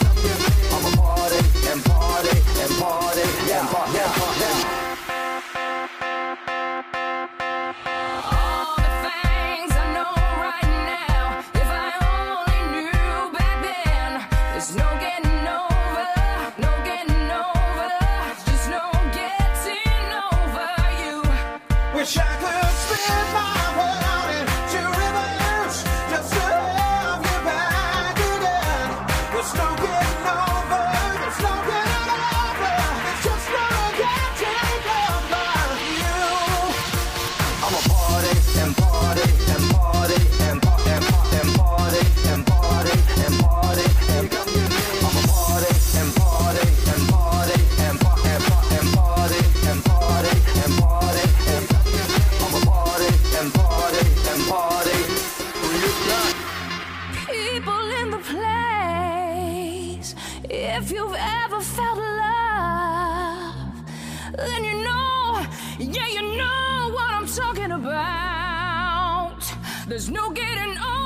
Speaker 7: I'm a party and party and party and party and party.
Speaker 6: All the things I know right now, if I only knew back then, there's no getting over, no getting over, If you've ever felt love, then you know, yeah, you know what I'm talking about. There's no getting over.